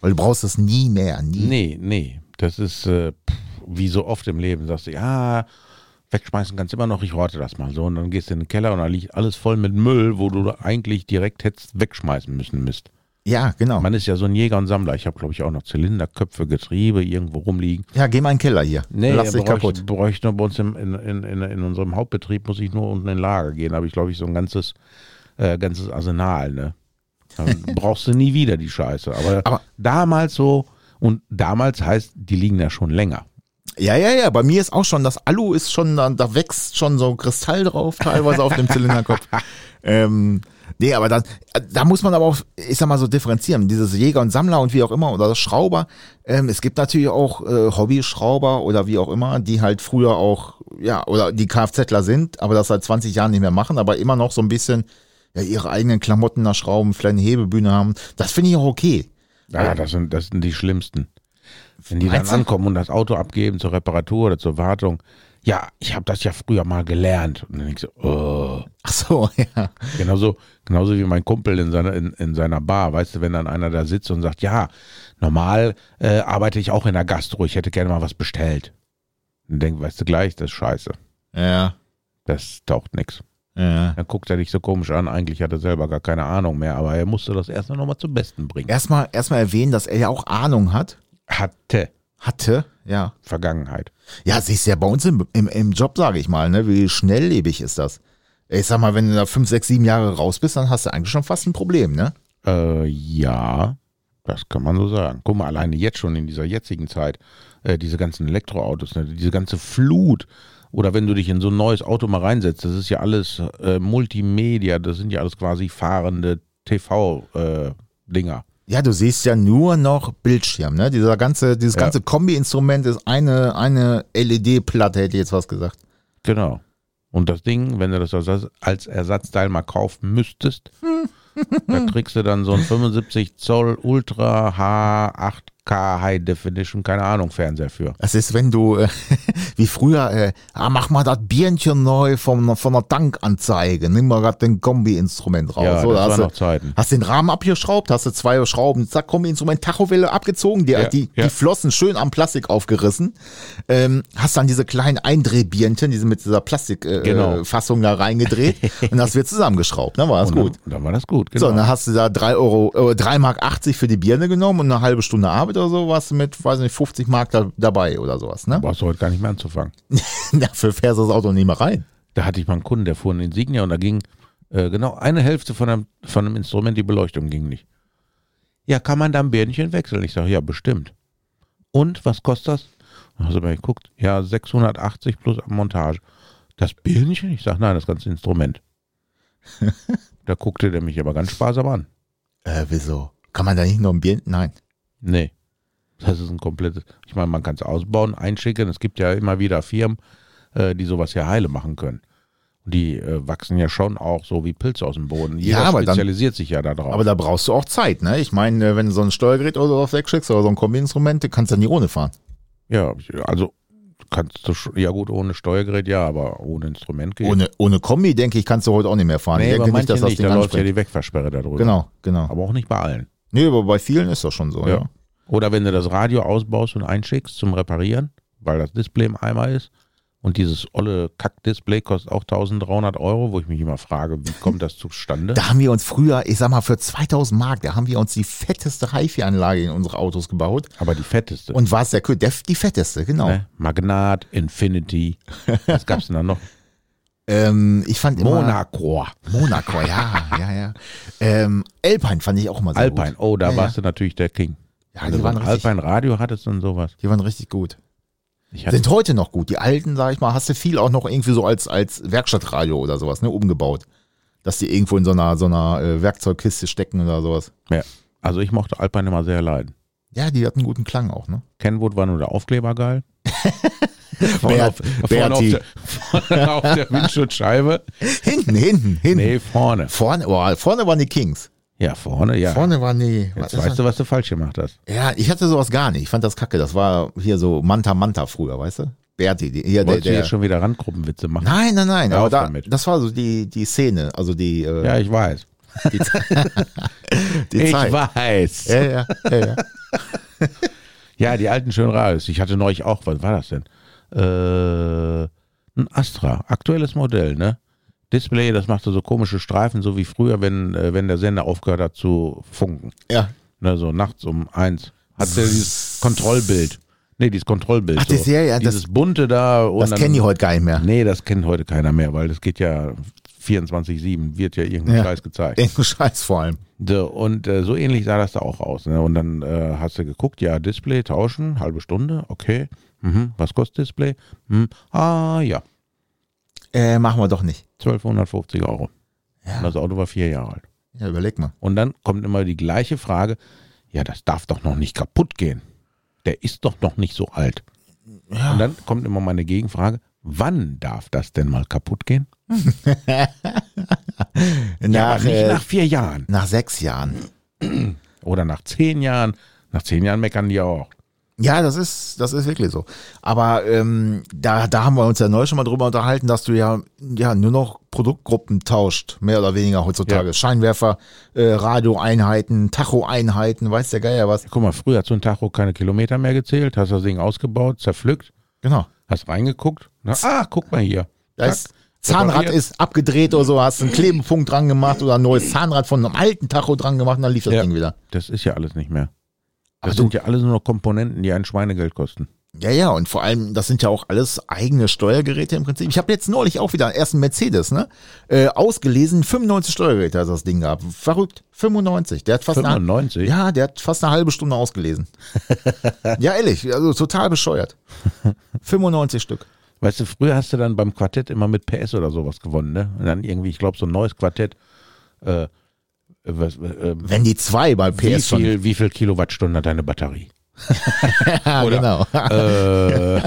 Weil du brauchst es nie mehr, nie.
Nee, nee. Das ist äh, pff, wie so oft im Leben. Sagst du, ja, wegschmeißen kannst immer noch, ich horte das mal so. Und dann gehst du in den Keller und da liegt alles voll mit Müll, wo du eigentlich direkt hättest wegschmeißen müssen Mist.
Ja, genau.
Man ist ja so ein Jäger und Sammler. Ich habe, glaube ich, auch noch Zylinderköpfe, Getriebe irgendwo rumliegen.
Ja, geh mal in den Keller hier. Lass dich
bräuchte-
kaputt.
bräuchte bei uns im, in, in, in, in unserem Hauptbetrieb, muss ich nur unten in den Lager gehen. Da habe ich, glaube ich, so ein ganzes, äh, ganzes Arsenal. Ne? Dann brauchst du nie wieder die Scheiße. Aber,
Aber-
damals so, und damals heißt, die liegen ja schon länger.
Ja, ja, ja. Bei mir ist auch schon, das Alu ist schon, da, da wächst schon so Kristall drauf, teilweise auf dem Zylinderkopf. ähm, nee, aber dann, da muss man aber auch, ich sag mal so, differenzieren. Dieses Jäger und Sammler und wie auch immer oder das Schrauber. Ähm, es gibt natürlich auch äh, Hobby-Schrauber oder wie auch immer, die halt früher auch, ja, oder die Kfzler sind, aber das seit 20 Jahren nicht mehr machen, aber immer noch so ein bisschen ja, ihre eigenen Klamotten da schrauben, vielleicht eine Hebebühne haben. Das finde ich auch okay.
Ja, das sind, das sind die schlimmsten. Wenn die dann
Meinst du?
ankommen und das Auto abgeben zur Reparatur oder zur Wartung. Ja, ich habe das ja früher mal gelernt. Und dann denk ich so, oh.
Ach so, ja.
Genauso, genauso wie mein Kumpel in seiner, in, in seiner Bar, weißt du, wenn dann einer da sitzt und sagt, ja, normal äh, arbeite ich auch in der Gastro, ich hätte gerne mal was bestellt. Und denk, weißt du gleich, das ist scheiße.
Ja,
Das taucht nix.
ja.
Dann guckt er dich so komisch an, eigentlich hat er selber gar keine Ahnung mehr, aber er musste das erstmal nochmal zum Besten bringen.
erstmal erstmal erwähnen, dass er ja auch Ahnung hat.
Hatte
Hatte, ja.
Vergangenheit.
Ja, siehst du ja bei uns im, im, im Job, sage ich mal, ne? Wie schnelllebig ist das? Ich sag mal, wenn du da fünf, sechs, sieben Jahre raus bist, dann hast du eigentlich schon fast ein Problem, ne?
Äh, ja, das kann man so sagen. Guck mal, alleine jetzt schon in dieser jetzigen Zeit, äh, diese ganzen Elektroautos, ne, diese ganze Flut. Oder wenn du dich in so ein neues Auto mal reinsetzt, das ist ja alles äh, Multimedia, das sind ja alles quasi fahrende TV-Dinger.
Ja, du siehst ja nur noch Bildschirm, ne? Dieser ganze, dieses
Ja.
ganze Kombi-Instrument ist eine, eine LED-Platte, hätte ich jetzt was gesagt.
genau. Und das Ding, wenn du das als- als Ersatzteil mal kaufen müsstest, da kriegst du dann so ein 75 Zoll Ultra H8K High Definition, keine Ahnung, Fernseher für.
Das ist, wenn du, äh, wie früher, äh, ah, mach mal das Bierchen neu von, von der Tankanzeige, nimm mal grad den Kombi-Instrument raus.
Ja,
so,
das
da hast
waren
du-
noch Zeiten.
Hast den Rahmen abgeschraubt, hast du zwei Schrauben, zack, Kombi-Instrument, Tachowelle abgezogen, die,
Ja,
die,
ja.
die Flossen schön am Plastik aufgerissen. Ähm, hast dann diese kleinen Eindrehbierchen, die sind mit dieser Plastikfassung äh,
Genau.
Fassung da reingedreht und das wird zusammengeschraubt, dann war das
Und
gut.
Dann, dann war das gut,
So,
genau.
und dann hast du da drei Euro, äh, 3 Mark 80 für die Birne genommen und eine halbe Stunde Arbeit oder so, warst du mit, weiß nicht, 50 Mark da, dabei oder sowas, ne?
brauchst du heute gar nicht mehr anzufangen.
Dafür fährst du das Auto nicht mehr rein.
Da hatte ich mal einen Kunden, der fuhr in Insignia und da ging äh, genau eine Hälfte von einem, von einem Instrument, die Beleuchtung ging nicht. Ja, kann man da ein Bähnchen wechseln? Ich sage, ja, bestimmt. Und, was kostet das? Dann hast du mal geguckt, ja, 680 plus Montage. Das Birnchen? Ich sage, nein, das ganze Instrument. da guckte der mich aber ganz sparsam an.
Äh, wieso? Kann man da nicht noch ein Bier? Nein.
Nee. Das ist ein komplettes. Ich meine, man kann es ausbauen, einschicken. Es gibt ja immer wieder Firmen, äh, die sowas ja heile machen können. Und die äh, wachsen ja schon auch so wie Pilze aus dem Boden. Jeder
Ja, aber dann-
spezialisiert sich ja da drauf.
Aber da brauchst du auch Zeit, ne? Ich meine, äh, wenn du so ein Steuergerät oder sowas wegschickst oder so ein Kombi-Instrument, du kannst du nie ohne fahren.
ja, also kannst du sch- ja gut ohne Steuergerät, ja, aber ohne Instrument geht.
Ohne, ohne Kombi, denke ich, kannst du heute auch nicht mehr fahren.
nee,
ich
aber
denke
manche nicht.
Ding
Da läuft ja
anspringt.
die Wegfahrsperre darüber.
Genau, genau.
Aber auch nicht bei allen.
Nee, aber bei vielen ist das schon so, ja.
Ja. Oder wenn du das Radio ausbaust und einschickst zum Reparieren, weil das Display im Eimer ist. Und dieses olle Kack-Display kostet auch 1300 Euro, wo ich mich immer frage, wie kommt das zustande?
Da haben wir uns früher, ich sag mal, für 2000 Mark, da haben wir uns die fetteste HiFi-Anlage in unsere Autos gebaut.
Aber die fetteste.
Und war es der, Kö- der die fetteste, genau.
ne? Magnat, Infinity, was gab's denn da noch?
Ähm, ich fand immer.
Monaco,
Monaco, ja, ja, ja. Ähm, Alpine fand ich auch immer sehr
Alpine. Also
gut.
Oh, da
Ja,
warst du natürlich der King.
Ja,
Wenn du
die
so
waren
ein
richtig,
Alpine Radio hattest und sowas.
die waren richtig gut.
Ich hatte,
Sind heute noch gut. Die alten, sag ich mal, hast du viel auch noch irgendwie so als, als Werkstattradio oder sowas, ne, umgebaut. Dass die irgendwo in so einer, so einer äh, Werkzeugkiste stecken oder sowas.
ja. Also ich mochte Alpine immer sehr leiden.
Ja, die hatten einen guten Klang auch, ne?
Kenwood war nur der Aufkleber geil. vorne auf,
Bert-
vorne auf,
Berti.
der, vorne auf der Windschutzscheibe.
Hinten, hinten, hinten.
Nee, vorne.
Vorne, oh, vorne waren die Kings.
Ja, vorne, ja.
Vorne waren die. was
Jetzt
ist
weißt
das?
du, was du falsch gemacht hast.
Ja, ich hatte sowas gar nicht. Ich fand das kacke. Das war hier so Manta Manta früher, weißt du? Berti, die, hier der,
Wolltest du
der.
jetzt schon wieder Randgruppenwitze machen?
Nein, nein, nein.
Hör
Aber
auf
da,
damit.
das war so die, die Szene, also die, äh,
Ja, ich weiß.
die, die
Ich
Zeit.
weiß.
Ja, ja, ja, ja.
Ja, die alten schönen Radios. Ich hatte neulich auch, was war das denn? Äh, ein Astra, aktuelles Modell, ne? Display, das machte so komische Streifen, so wie früher, wenn, äh, wenn der Sender aufgehört hat zu funken.
ja.
Ne, so nachts um eins. Hatte dieses Kontrollbild. Nee, dieses Kontrollbild.
Ach,
so.
das- ja, ja, das-
dieses bunte da. Und
Das
dann-
kennen die heute gar nicht mehr.
Nee, das kennt heute keiner mehr, weil das geht ja 24-7, wird ja irgendein
Ja.
Scheiß gezeigt.
Irgendein Scheiß vor allem.
So, und äh, so ähnlich sah das da auch aus. Ne? Und dann äh, hast du geguckt, ja, Display tauschen, halbe Stunde, okay. Mhm. Was kostet Display? Mhm. Ah, ja,
Äh, machen wir doch nicht.
1250 Euro.
Ja.
Und Das Auto war vier Jahre alt.
Ja, überleg mal.
Und dann kommt immer die gleiche Frage, ja, das darf doch noch nicht kaputt gehen. Der ist doch noch nicht so alt. Und dann kommt immer meine Gegenfrage, wann darf das denn mal kaputt gehen?
Nach,
aber nicht
äh,
nach vier Jahren
nach sechs Jahren.
oder nach zehn Jahren. Nach zehn Jahren meckern die ja auch.
Ja, das ist, das ist wirklich so. Aber ähm, da, da haben wir uns ja neu schon mal drüber unterhalten, dass du ja, ja nur noch Produktgruppen tauscht, mehr oder weniger heutzutage.
Ja.
Scheinwerfer, äh, Radioeinheiten, Tachoeinheiten, weiß der Geier was.
Guck mal, früher hast du in Tacho keine Kilometer mehr gezählt, hast das Ding ausgebaut, zerpflückt,
Genau.
hast reingeguckt. Na, ah, guck mal hier.
Da ist,
Zack.
Zahnrad
Repariert.
ist abgedreht oder so, hast einen Klebepunkt dran gemacht oder ein neues Zahnrad von einem alten Tacho dran gemacht und dann lief das
Ja.
Ding wieder.
Das ist ja alles nicht mehr.
Aber
Das
du-
sind ja alles nur noch Komponenten, die ein Schweinegeld kosten.
Ja, ja, und vor allem, das sind ja auch alles eigene Steuergeräte im Prinzip. Ich habe jetzt neulich auch wieder einen ersten Mercedes, ne? Äh, ausgelesen, 95 Steuergeräte hat das Ding gehabt. Verrückt, 95. Der hat fast eine,
95?
ja, der hat fast eine halbe Stunde ausgelesen. ja, ehrlich, also total bescheuert. 95 Stück.
Weißt du, früher hast du dann beim Quartett immer mit PS oder sowas gewonnen, ne? Und dann irgendwie, ich glaube, so ein neues Quartett. Äh, was, äh,
Wenn die zwei bei PS
wie,
schon.
viel, wie viel Kilowattstunden hat deine Batterie?
Ja, genau.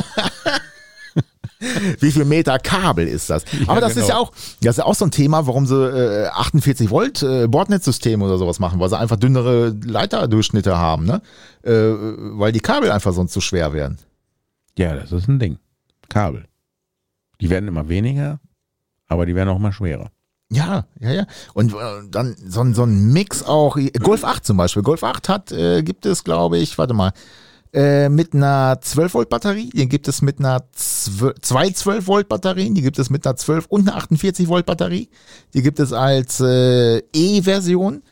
Äh,
Wie viel Meter Kabel ist das? Aber das ist
genau.
ja auch, das ist ja auch so ein Thema, warum sie äh, 48 Volt äh, Bordnetzsysteme oder sowas machen, weil sie einfach dünnere Leiterdurchschnitte haben, ne? Äh, weil die Kabel einfach sonst zu schwer werden.
ja, das ist ein Ding. Kabel. Die werden immer weniger, aber die werden auch immer schwerer.
Ja, ja, ja. Und äh, dann so, ein- so ein Mix auch. äh, Golf 8 zum Beispiel. Golf 8 hat, äh, gibt es, glaube ich, warte mal, äh, mit einer 12 Volt Batterie, die gibt es mit einer 12, zwei 12 Volt Batterien, die gibt es mit einer 12 und einer 48 Volt Batterie. Die gibt es als äh, E-Version.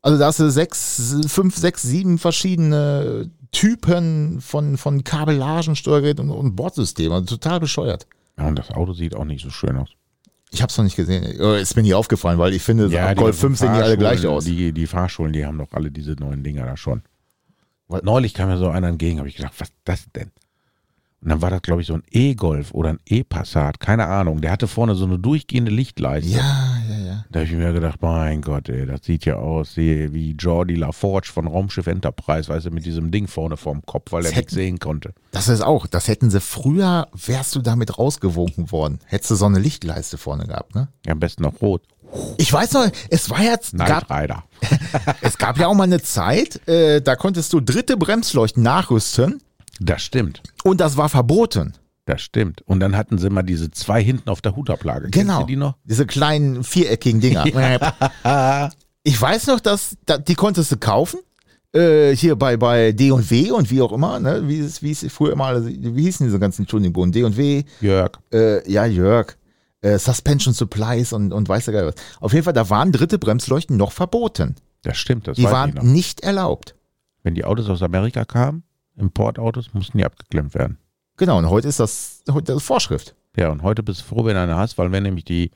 Also da hast du sechs, fünf, sechs, sieben verschiedene Typen von, von Kabellagen, Steuergeräten und, und Bordsystemen. Also total bescheuert.
Ja, und das Auto sieht auch nicht so schön aus.
Ich hab's noch nicht gesehen. Äh, Ist mir nie aufgefallen, weil ich finde, ab Golf 5 sehen die alle gleich aus.
Die, die Fahrschulen, die haben doch alle diese neuen Dinger da schon.
Was?
Neulich kam mir so einer entgegen, habe ich gedacht, was ist das denn? Und dann war das, glaube ich, so ein E-Golf oder ein E-Passat, keine Ahnung. Der hatte vorne so eine durchgehende Lichtleiste.
Ja, ja, ja.
Da habe ich mir gedacht, mein Gott, ey, das sieht ja aus wie, wie Jordi LaForge von Raumschiff Enterprise, weißt du, mit diesem Ding vorne vorm Kopf, weil er
Das
nichts sehen konnte.
Das ist auch, das hätten sie früher, wärst du damit rausgewunken worden. Hättest du so eine Lichtleiste vorne gehabt, ne?
Ja, am besten noch rot.
Ich weiß noch, es war jetzt,
Knight
gab,
Rider.
es gab ja auch mal eine Zeit, äh, da konntest du dritte Bremsleuchten nachrüsten
Das stimmt.
und das war verboten.
Das stimmt. Und dann hatten sie mal diese zwei hinten auf der Hutablage. Kennst
Genau.
du die noch?
Diese kleinen viereckigen Dinger. Ich weiß noch, dass da, die konntest du kaufen. Äh, hier bei, bei D&W und wie auch immer, ne? wie, es, wie es früher immer, alle- wie hießen diese ganzen Tuningbuden? D&W,
Jörg.
äh, ja, Jörg, äh, Suspension Supplies und, und weiß der Geil was. Auf jeden Fall, da waren dritte Bremsleuchten noch verboten.
Das stimmt, das
Die
weiß
waren
ich noch.
nicht erlaubt.
Wenn die Autos aus Amerika kamen, Importautos, mussten die abgeklemmt werden.
Genau, und heute ist das, heute das ist Vorschrift.
Ja, und heute bist du froh, wenn du eine hast, weil wenn nämlich die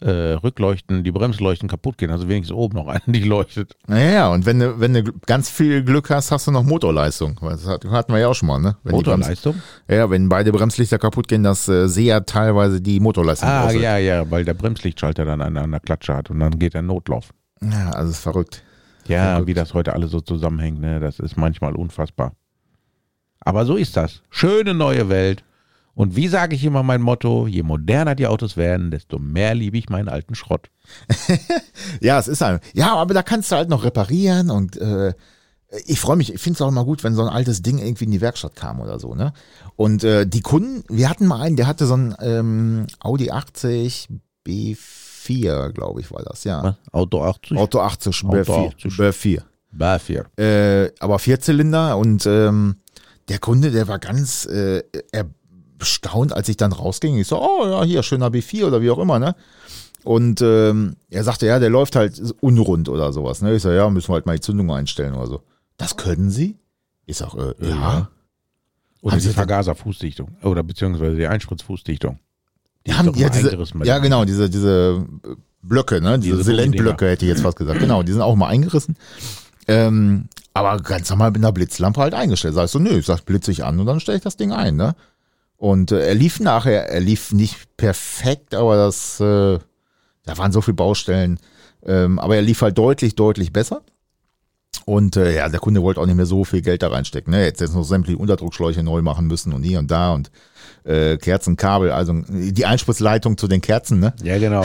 äh, Rückleuchten, die Bremsleuchten kaputt gehen. Also wenigstens oben noch eine, die leuchtet.
Naja, ja, und wenn du, wenn du ganz viel Glück hast, hast du noch Motorleistung. Weil Das hat- hatten wir ja auch schon mal, ne? Wenn die Brems-
Motorleistung?
Ja, wenn beide Bremslichter kaputt gehen, dass äh, Seat teilweise die Motorleistung
Ah,
drosselt.
ja, ja, weil der Bremslichtschalter dann an einer Klatsche hat und dann geht der Notlauf.
ja. Also ist verrückt.
Ja,
Verrückt.
wie das heute alles so zusammenhängt, ne? das ist manchmal unfassbar. Aber so ist das. Schöne neue Welt. Und wie sage ich immer mein Motto, je moderner die Autos werden, desto mehr liebe ich meinen alten Schrott.
Ja, es ist halt. Ja, aber da kannst du halt noch reparieren und äh, ich freue mich, ich finde es auch immer gut, wenn so ein altes Ding irgendwie in die Werkstatt kam oder so, ne? Und äh, die Kunden, wir hatten mal einen, der hatte so ein ähm, Audi 80 B4, glaube ich, war das, ja.
Was? Auto 80?
Auto 80
Auto
B4.
80.
B4.
Bafir.
äh, aber Vierzylinder und ähm, der Kunde, der war ganz äh, erstaunt, als ich dann rausging. Ich so, oh ja, hier, schöner B4 oder wie auch immer, ne? Und ähm, er sagte, ja, der läuft halt unrund oder sowas. Ne? Ich so, ja, müssen wir halt mal die Zündung einstellen oder so. Das können Sie? Ich sag, äh, ja.
Ja. Oder
Haben
die
Sie denn-
Vergaserfußdichtung. Oder beziehungsweise die Einspritzfußdichtung.
Die haben ja diese, ja genau, diese, diese Blöcke, ne? Diese,
Diese
Silentblöcke hätte ich jetzt fast gesagt. Genau, die sind auch mal eingerissen. Ähm, aber ganz normal mit einer Blitzlampe halt eingestellt. Sagst du, nö, ich sag, blitze ich an und dann stelle ich das Ding ein, ne? Und äh, er lief nachher, er lief nicht perfekt, aber das, äh, da waren so viele Baustellen. Ähm, aber er lief halt deutlich, deutlich besser. Und äh, ja, der Kunde wollte auch nicht mehr so viel Geld da reinstecken. Ne? Jetzt jetzt noch sämtliche Unterdruckschläuche neu machen müssen und hier und da und äh, Kerzenkabel, also die Einspritzleitung zu den Kerzen, ne?
Ja, genau.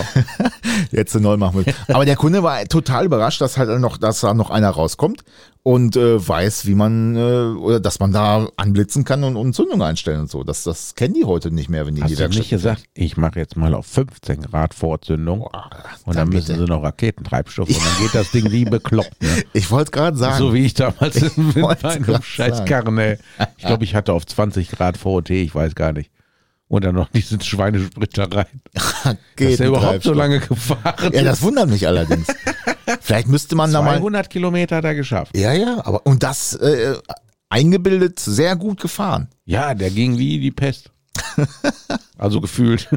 Jetzt neu machen müssen. Aber der Kunde war total überrascht, dass halt noch, dass da noch einer rauskommt und äh, weiß, wie man äh, oder dass man da anblitzen kann und, und Zündung einstellen und so. Das, das kennen die heute nicht mehr, wenn die in die
Hast du
Werkstatt
nicht gesagt, ich mache jetzt mal auf 15 Grad Vorzündung und dann
dann
müssen
bitte.
sie noch Raketentreibstoff und dann geht das Ding wie bekloppt. Ne?
Ich wollte gerade sagen.
So wie ich damals in
wollte
meinem
grad
scheiß Karren, ey. Ich glaube, ich hatte auf 20 Grad VOT, ich weiß gar nicht. Und dann noch diesen Schweinesprit da rein. Dass
geht
der
ein
überhaupt so
Treibstoff.
lange gefahren
Ja, das wundert mich allerdings. Vielleicht müsste man da mal.
200 Kilometer hat er geschafft.
Ja, ja, aber und das äh, eingebildet sehr gut gefahren.
Ja, der ging wie die Pest. Also gefühlt.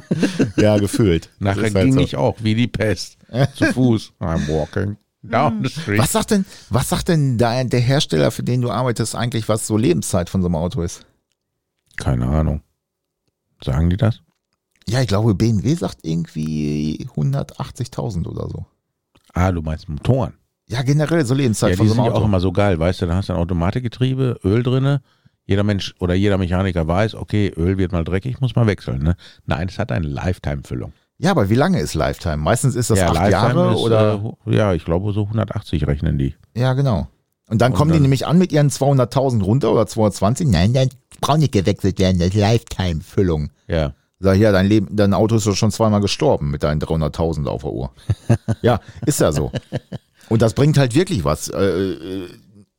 Ja, gefühlt.
Nachher
halt
ging ich auch wie die Pest. Zu Fuß. I'm walking down the street.
Was sagt denn, was sagt denn da der Hersteller, für den du arbeitest, eigentlich, was so Lebenszeit von so einem Auto ist?
Keine Ahnung. Sagen die das?
Ja, ich glaube, BMW sagt irgendwie 180.000 oder so.
Ah, du meinst Motoren.
Ja, generell so Lebenszeit
Ja,
von
die
so
sind
einem
ja auch
Auto.
immer so geil, weißt du, da hast du ein Automatikgetriebe, Öl drinne. Jeder Mensch oder jeder Mechaniker weiß, okay, Öl wird mal dreckig, muss mal wechseln. Ne? Nein, es hat eine Lifetime-Füllung.
Ja, aber wie lange ist Lifetime? Meistens ist das acht Jahre
ist,
oder.
Äh, ja, ich glaube so 180 rechnen die.
ja, genau. Und dann
Und
kommen die
dann-
nämlich an mit ihren 200.000 runter oder 220. Nein, nein, braucht nicht gewechselt werden, das ist Lifetime-Füllung.
Ja.
Sag ich, ja, dein Leben, dein Auto ist doch schon zweimal gestorben mit deinen 300.000 auf der Uhr. ja, ist ja so. Und das bringt halt wirklich was. Äh, äh,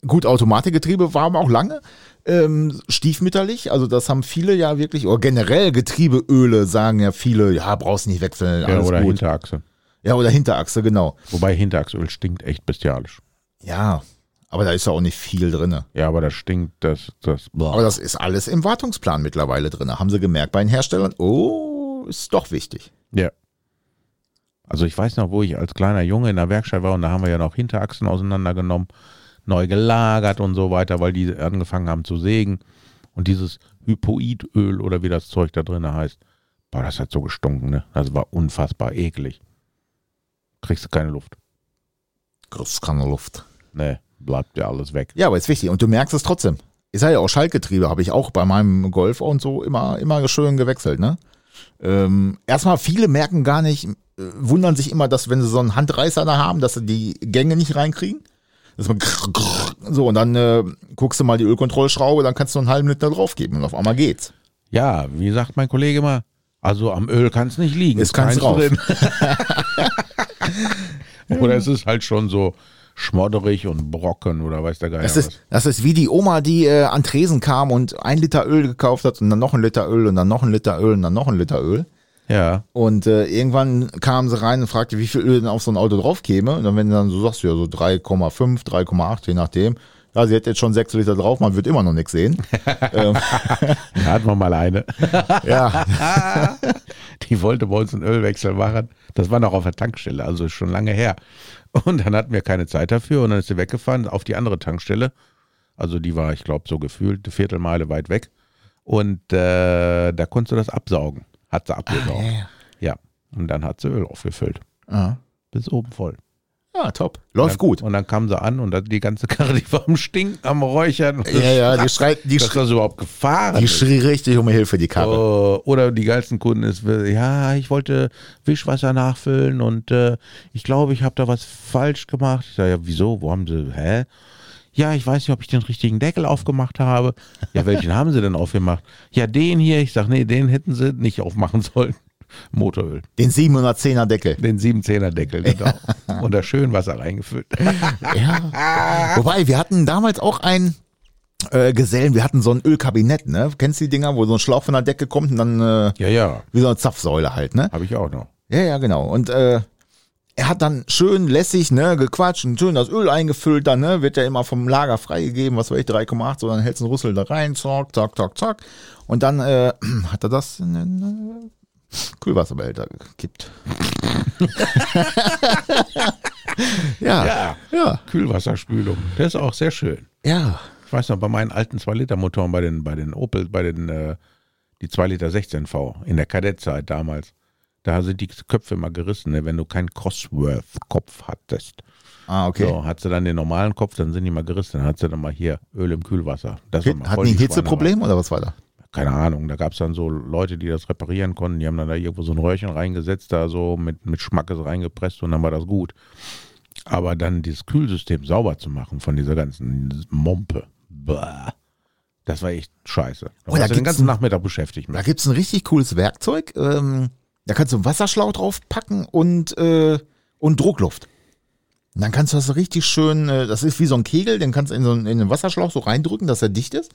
gut, Automatikgetriebe waren auch lange ähm, stiefmütterlich. Also das haben viele ja wirklich, oder generell Getriebeöle sagen ja viele, ja, brauchst nicht wechseln,
ja
alles
oder
gut.
Hinterachse.
Ja, oder Hinterachse, genau.
Wobei Hinterachsöl stinkt echt bestialisch.
Ja, aber da ist ja auch nicht viel drinne.
Ja, aber das stinkt, das, das.
Aber das ist alles im Wartungsplan mittlerweile drinne. Haben sie gemerkt bei den Herstellern, oh, ist doch wichtig.
Ja. Also ich weiß noch, wo ich als kleiner Junge in der Werkstatt war und da haben wir ja noch Hinterachsen auseinandergenommen, neu gelagert und so weiter, weil die angefangen haben zu sägen. Und dieses Hypoidöl oder wie das Zeug da drin heißt, boah, das hat so gestunken, ne? Das war unfassbar eklig. Kriegst du keine Luft.
Groß keine Luft.
Ne, bleibt ja alles weg.
Ja, aber ist wichtig. Und du merkst es trotzdem. Ist ja auch Schaltgetriebe, habe ich auch bei meinem Golf und so immer, immer schön gewechselt, ne? Ähm, erstmal, viele merken gar nicht, äh, wundern sich immer, dass wenn sie so einen Handreißer da haben, dass sie die Gänge nicht reinkriegen. Das ist mal krr, krr, so, und dann äh, guckst du mal die Ölkontrollschraube, dann kannst du einen halben Liter draufgeben und auf einmal geht's.
Ja, wie sagt mein Kollege mal, also am Öl kann es nicht liegen.
Es kann's
keins
rauf.
oder es ist halt schon so schmodderig und brocken oder weiß der Geier
Das,
was.
ist, das ist wie die Oma, die äh, an Tresen kam und ein Liter Öl gekauft hat und dann noch ein Liter Öl und dann noch ein Liter Öl und dann noch ein Liter Öl.
Ja,
Und äh, irgendwann kamen sie rein und fragte, wie viel Öl denn auf so ein Auto drauf käme. Und dann, wenn du dann so sagst, ja, so 3,5, 3,8, je nachdem. Ja, sie hätte jetzt schon sechs Liter drauf, man wird immer noch nichts sehen. ähm,
Da hatten wir mal eine.
ja,
Die wollte bei uns einen Ölwechsel machen. Das war noch auf der Tankstelle, also ist schon lange her. Und dann hatten wir keine Zeit dafür und dann ist sie weggefahren auf die andere Tankstelle. Also die war, ich glaube, so gefühlt eine Viertelmeile weit weg. Und äh, da konntest du das absaugen. Hat sie abgesaugt.
Ah, ja,
ja,
ja.
Und dann hat sie Öl aufgefüllt.
Ah.
Bis oben voll.
ja, top. Läuft
dann,
gut.
Und dann kam sie an und dann die ganze Karre, die war am Stinken, am Räuchern.
Ja, ja, die schreit, die,
dass
schrie,
das überhaupt gefahren
die
ist.
schrie richtig um Hilfe, die Karre.
Äh, oder die geilsten Kunden ist, äh, ja, ich wollte Wischwasser nachfüllen und äh, ich glaube, ich habe da was falsch gemacht. Ich sage, ja, wieso? Wo haben sie, hä? Ja, ich weiß nicht, ob ich den richtigen Deckel aufgemacht habe. Ja, welchen haben sie denn aufgemacht? Ja, den hier. Ich sage, nee, den hätten sie nicht aufmachen sollen. Motoröl.
Den 710er Deckel.
Den 710er Deckel. Genau. Und da schön Wasser reingefüllt.
Ja. Wobei, wir hatten damals auch einen äh, Gesellen, wir hatten so ein Ölkabinett, ne? Kennst du die Dinger, wo so ein Schlauch von der Decke kommt und dann äh,
Ja, ja.
wie so eine Zapfsäule halt, ne?
Habe ich auch noch.
Ja, ja, genau. Und äh, er hat dann schön lässig, ne, gequatscht und schön das Öl eingefüllt, dann, ne, wird ja immer vom Lager freigegeben, was weiß ich, 3,8, so dann hältst du einen Rüssel da rein, zack, zack, zack, zack. Und dann äh, hat er das in den äh, Kühlwasserbehälter gekippt. ja, ja, ja,
Kühlwasserspülung. Das ist auch sehr schön.
ja.
Ich weiß noch, bei meinen alten 2-Liter-Motoren, bei den, bei den Opel, bei den, äh, die 2-Liter 16V in der Kadettzeit damals, da sind die Köpfe immer gerissen, ne, wenn du keinen Cosworth-Kopf hattest.
Ah, okay.
So, hat sie dann den normalen Kopf, dann sind die mal gerissen. Dann hat sie dann mal hier Öl im Kühlwasser. Das war
Okay,
mal voll
Hatten die ein
Schweinerei.
Hitzeproblem oder was war da?
Keine Ahnung, da gab es dann so Leute, die das reparieren konnten. Die haben dann da irgendwo so ein Röhrchen reingesetzt, da so mit, mit Schmackes reingepresst und dann war das gut. Aber dann dieses Kühlsystem sauber zu machen von dieser ganzen Mompe, bäh, das war echt scheiße. Da
Oh, da
warst du den
gibt's
ganzen
ein-
Nachmittag beschäftigt
Da
mit.
gibt's ein richtig cooles Werkzeug. Ähm, da kannst du einen Wasserschlauch draufpacken und, äh, und Druckluft. Und dann kannst du das richtig schön, äh, das ist wie so ein Kegel, den kannst du in, so einen, in den Wasserschlauch so reindrücken, dass er dicht ist.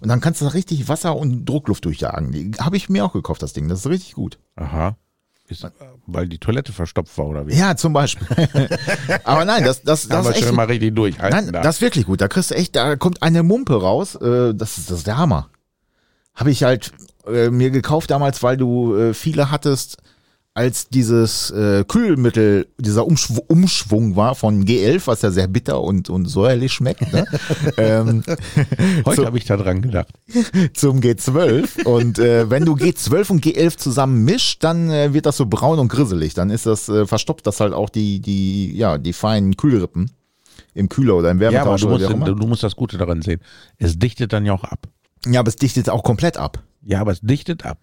Und dann kannst du da richtig Wasser und Druckluft durchjagen. Die habe ich mir auch gekauft, das Ding. Das ist richtig gut.
Aha. Ist, äh, weil die Toilette verstopft war oder wie?
Ja, zum Beispiel. Aber nein, das, das,
da haben
das
wir
ist echt.
schon mal richtig durchhalten.
Nein,
da.
das ist wirklich gut. Da kriegst du echt, da kommt eine Mumpe raus. Äh, das, ist, das ist der Hammer. Habe ich halt äh, mir gekauft damals, weil du äh, viele hattest, als dieses äh, Kühlmittel, dieser Umschw Umschwung war von G11, was ja sehr bitter und, und säuerlich schmeckt, ne? ähm,
Heute
so-
habe ich da dran gedacht.
zum G12. Und äh, wenn du G12 und G11 zusammen mischt, dann äh, wird das so braun und grisselig. Dann ist das, äh, verstopft das halt auch die, die, ja, die feinen Kühlrippen. Im Kühler oder im
Ja, aber
Wärmetauscher
du musst,
oder wie auch immer.
du musst das Gute daran sehen. Es dichtet dann ja auch ab.
Ja, aber es dichtet auch komplett ab.
Ja, aber es dichtet ab.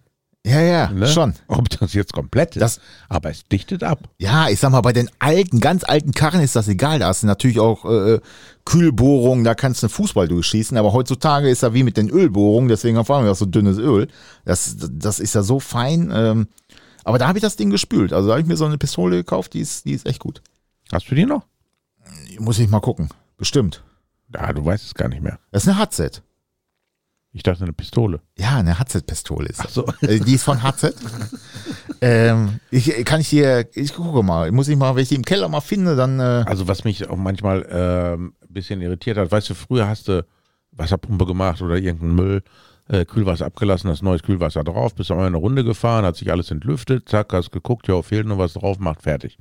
Ja, ja,
Ne?
schon.
Ob das jetzt komplett ist,
Das-
aber es dichtet ab.
Ja, ich sag mal, bei den alten, ganz alten Karren ist das egal. Da hast du natürlich auch äh, Kühlbohrungen, da kannst du einen Fußball durchschießen. Aber heutzutage ist da wie mit den Ölbohrungen, deswegen fahren wir auch so dünnes Öl. Das, das ist ja so fein. Ähm, aber da habe ich das Ding gespült. Also da habe ich mir so eine Pistole gekauft, die ist, die ist echt gut.
Hast du die noch?
Muss ich mal gucken. Bestimmt.
Ja, du weißt es gar nicht mehr.
Das ist eine HZ.
Ich dachte eine Pistole.
Ja, eine HZ-Pistole ist das.
so.
Äh, Die ist von HZ. ähm, ich, kann ich dir, ich gucke mal, muss ich mal, wenn ich die im Keller mal finde, dann äh,
Also was mich auch manchmal ähm, ein bisschen irritiert hat, weißt du, früher hast du Wasserpumpe gemacht oder irgendeinen Müll, äh, Kühlwasser abgelassen, hast neues Kühlwasser drauf, bist einmal eine Runde gefahren, hat sich alles entlüftet, zack, hast geguckt, ja, fehlt nur was drauf, macht fertig.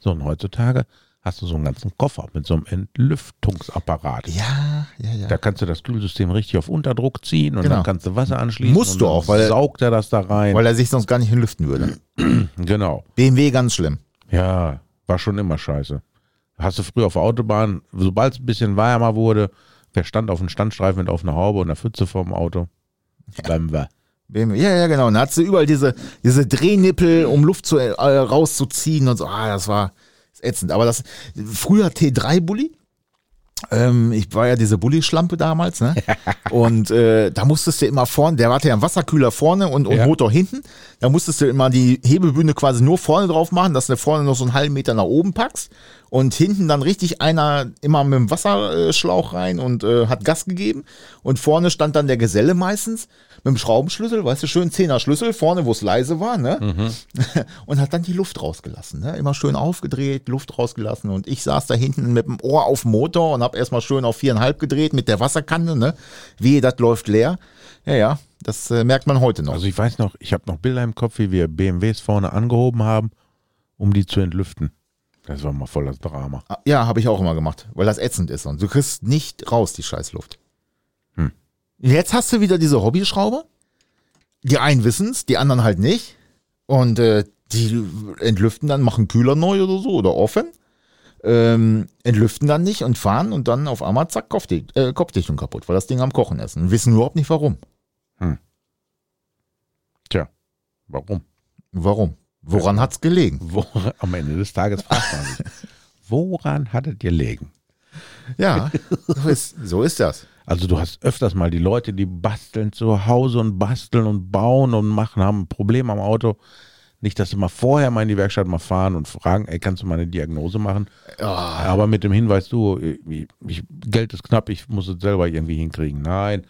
So, und heutzutage hast du so einen ganzen Koffer mit so einem Entlüftungsapparat.
ja, ja, ja.
Da kannst du das Kühlsystem richtig auf Unterdruck ziehen und
Genau.
dann kannst du Wasser anschließen.
Musst
und
du
dann
auch, weil-
saugt er das da rein.
Weil er sich sonst gar nicht hinlüften würde.
genau.
BMW ganz schlimm.
Ja, war schon immer scheiße. Hast du früher auf der Autobahn, sobald es ein bisschen wärmer wurde, wer stand auf dem Standstreifen mit auf einer Haube und einer Pfütze vorm Auto? Bleiben wir.
BMW, ja, ja, genau. Und da hattest du überall diese, diese Drehnippel, um Luft zu, äh, rauszuziehen und so. Ah, das war ätzend. Aber das, früher T3-Bulli. Ähm, ich war ja diese Bulli-Schlampe damals, ne? Und äh, da musstest du immer vorne, der hatte ja einen Wasserkühler vorne und, und
Ja.
Motor hinten. Da musstest du immer die Hebebühne quasi nur vorne drauf machen, dass du vorne noch so einen halben Meter nach oben packst und hinten dann richtig einer immer mit dem Wasserschlauch rein und äh, hat Gas gegeben. Und vorne stand dann der Geselle meistens mit dem Schraubenschlüssel, weißt du, schön Zehner Schlüssel vorne, wo es leise war, ne? Und hat dann die Luft rausgelassen, ne? Immer schön aufgedreht, Luft rausgelassen und ich saß da hinten mit dem Ohr auf dem Motor und hab erstmal schön auf viereinhalb gedreht mit der Wasserkanne, ne? Wehe, das läuft leer. Ja, ja, das äh, merkt man heute noch.
Also ich weiß noch, ich habe noch Bilder im Kopf, wie wir BMWs vorne angehoben haben, um die zu entlüften. Das war mal voll das Drama.
Ah, Ja, habe ich auch immer gemacht, weil das ätzend ist. Und du kriegst nicht raus, die Scheißluft. Hm. Jetzt hast du wieder diese Hobbyschrauber. Die einen wissen's, die anderen halt nicht. Und äh, die entlüften dann, machen Kühler neu oder so oder offen. Ähm, entlüften dann nicht und fahren und dann auf einmal zack, Kopfdi äh, Kopfdichtung kaputt, weil das Ding am Kochen ist. Und wissen überhaupt nicht warum.
Tja, warum?
Warum? Woran hat's gelegen?
Wo, am Ende des Tages fragt man sich, woran hattet ihr legen?
Ja, so ist, so ist das.
Also du hast öfters mal die Leute, die basteln zu Hause und basteln und bauen und machen, haben ein Problem am Auto. Nicht, dass sie mal vorher mal in die Werkstatt mal fahren und fragen, ey, kannst du mal eine Diagnose machen? Aber mit dem Hinweis, du, ich, ich, Geld ist knapp, ich muss es selber irgendwie hinkriegen. Nein,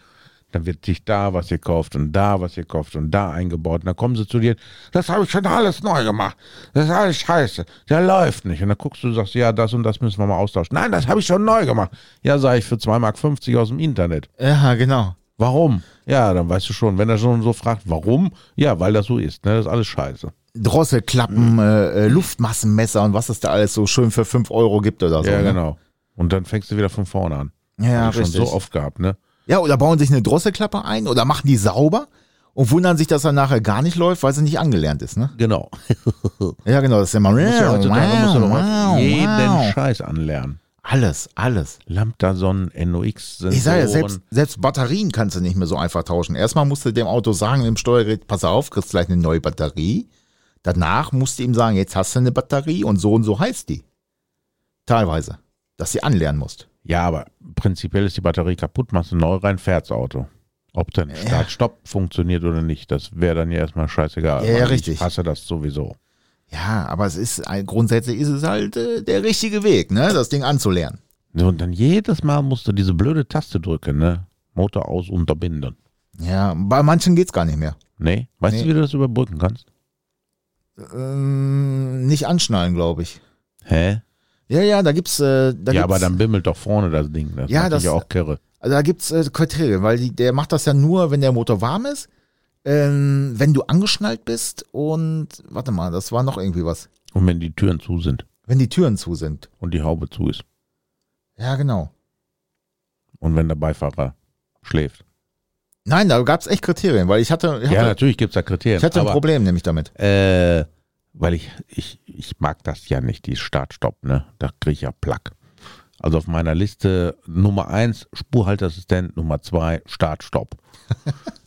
dann wird sich da was gekauft und da was gekauft und da eingebaut. Und dann kommen sie zu dir, das habe ich schon alles neu gemacht. Das ist alles scheiße. Der läuft nicht. Und dann guckst du und sagst, ja, das und das müssen wir mal austauschen. Nein, das habe ich schon neu gemacht. Ja, sage ich für 2,50 Mark aus dem Internet.
Ja, genau.
Warum? Ja, dann weißt du schon, wenn er schon so fragt, warum? Ja, weil das so ist. Ne? Das ist alles scheiße. Mhm.
Drosselklappen, äh, äh, Luftmassenmesser und was es da alles so schön für 5 Euro gibt oder so.
ja,
ne?
genau. Und dann fängst du wieder von vorne an.
Ja,
Hab ich schon
richtig.
so oft gehabt, ne?
Ja, oder bauen sich eine Drosselklappe ein oder machen die sauber und wundern sich, dass er nachher gar nicht läuft, weil sie nicht angelernt ist, ne?
Genau.
Ja, genau, das ist ja mal.
Musst du heutzutage musst du doch mal jeden Scheiß anlernen.
Alles, alles.
Lambda, Sonnen, NOx, Sensoren.
Ich sage ja, selbst, selbst Batterien kannst du nicht mehr so einfach tauschen. Erstmal musst du dem Auto sagen, dem Steuergerät, pass auf, kriegst gleich eine neue Batterie. Danach musst du ihm sagen, jetzt hast du eine Batterie und so und so heißt die. Teilweise. Dass sie anlernen musst.
Ja, aber prinzipiell ist die Batterie kaputt, machst du neu rein, fährt's Auto. Ob dann Start, Stopp funktioniert oder nicht, das wäre dann ja erstmal scheißegal.
Ja, ja,
Weil
richtig.
Ich hasse das sowieso.
Ja, aber es ist, ein- grundsätzlich ist es halt äh, der richtige Weg, ne? Das Ding anzulernen.
So, und dann jedes Mal musst du diese blöde Taste drücken, ne? Motor aus, unterbinden.
Ja, bei manchen geht's gar nicht mehr.
Nee? Weißt
Nee.
du, wie du das überbrücken kannst?
Ähm, nicht anschnallen, glaube ich.
Hä?
Ja, ja, da gibt's, äh, da
ja,
gibt's,
aber dann bimmelt doch vorne das Ding. Das
Ja,
macht
das-
dich ja auch kirre.
also da gibt's äh, Kriterien, weil die, der macht das ja nur, wenn der Motor warm ist, ähm, wenn du angeschnallt bist und warte mal, das war noch irgendwie was,
Und wenn die Türen zu sind
wenn die Türen zu sind.
und die Haube zu ist
Ja, genau.
und wenn der Beifahrer schläft.
Nein, da gab's echt Kriterien, weil ich hatte, ich hatte,
Ja, natürlich gibt's da Kriterien.
ich hatte ein
aber,
Problem nämlich damit.
Äh, weil ich, ich, ich mag das ja nicht, die Start-Stopp, ne? Da kriege ich ja Plack. Also auf meiner Liste Nummer eins Spurhalteassistent, Nummer zwei Start-Stopp.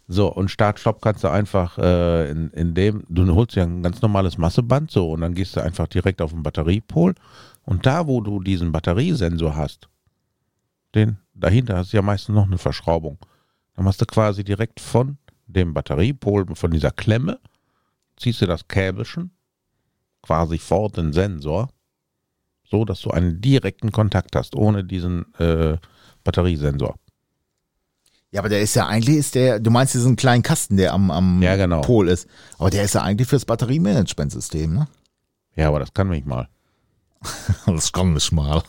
so, und Start-Stopp kannst du einfach äh, in, in dem, du holst ja ein ganz normales Masseband so und dann gehst du einfach direkt auf den Batteriepol und da, wo du diesen Batteriesensor hast, den dahinter hast du ja meistens noch eine Verschraubung. Dann machst du quasi direkt von dem Batteriepol, von dieser Klemme, ziehst du das Käbelchen quasi vor den Sensor, so dass du einen direkten Kontakt hast, ohne diesen äh, Batteriesensor.
Ja, aber der ist ja eigentlich, ist der, du meinst diesen kleinen Kasten, der am, am
Ja, genau.
Pol ist. Aber der ist ja eigentlich fürs Batteriemanagementsystem, ne?
Ja, aber das kann mich mal.
Das kann nicht mal.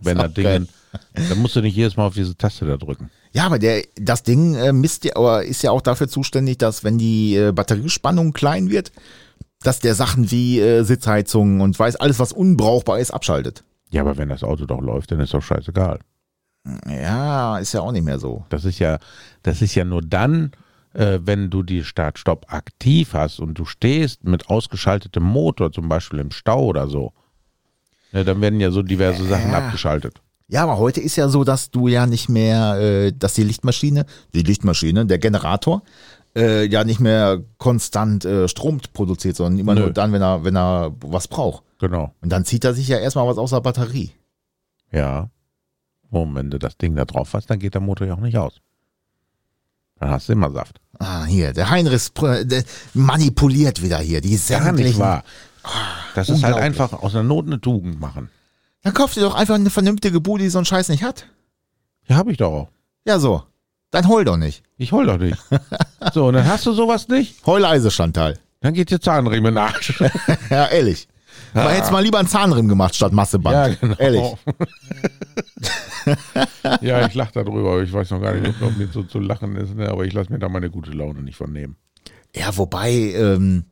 Wenn das
auch geil.
Ding, dann musst du nicht jedes Mal auf diese Taste da drücken.
Ja, aber der, das Ding äh, misst ja, aber ist ja auch dafür zuständig, dass wenn die äh, Batteriespannung klein wird, dass der Sachen wie äh, Sitzheizung und weiß alles, was unbrauchbar ist, abschaltet.
Ja, aber wenn das Auto doch läuft, dann ist doch scheißegal.
Ja, ist ja auch nicht mehr so.
Das ist ja, das ist ja nur dann, äh, wenn du die Start-Stopp aktiv hast und du stehst mit ausgeschaltetem Motor, zum Beispiel im Stau oder so. Ja, dann werden ja so diverse Sachen
Ja.
abgeschaltet.
Ja, aber heute ist ja so, dass du ja nicht mehr, äh, dass die Lichtmaschine, die Lichtmaschine, der Generator, äh, ja nicht mehr konstant äh, Strom produziert, sondern immer
Nö.
nur dann, wenn er, wenn er was braucht.
Genau.
Und dann zieht er sich ja erstmal was aus der Batterie.
Ja. Und wenn du das Ding da drauf hast, dann geht der Motor ja auch nicht aus. Dann hast du immer Saft.
Ah, hier, der Heinrichs pr- der manipuliert wieder hier, die sämtlichen.
Das ist halt
unglaublich.
einfach aus einer Not eine Tugend machen.
Dann kauf dir doch einfach eine vernünftige Bude, die so einen Scheiß nicht hat.
Ja, habe ich doch auch.
Ja, so. Dann heul doch nicht.
Ich heul doch nicht. So, und dann hast du sowas nicht,
Heuleise, Chantal.
dann geht dir Zahnriemen in den Arsch.
Ja, ehrlich. Man hätte mal lieber einen Zahnriemen gemacht statt Masseband. genau.
genau.
Ehrlich.
ja, ich lache darüber, aber ich weiß noch gar nicht, ob mir so zu lachen ist, ne? aber ich lasse mir da meine gute Laune nicht von nehmen.
Ja, wobei, ähm,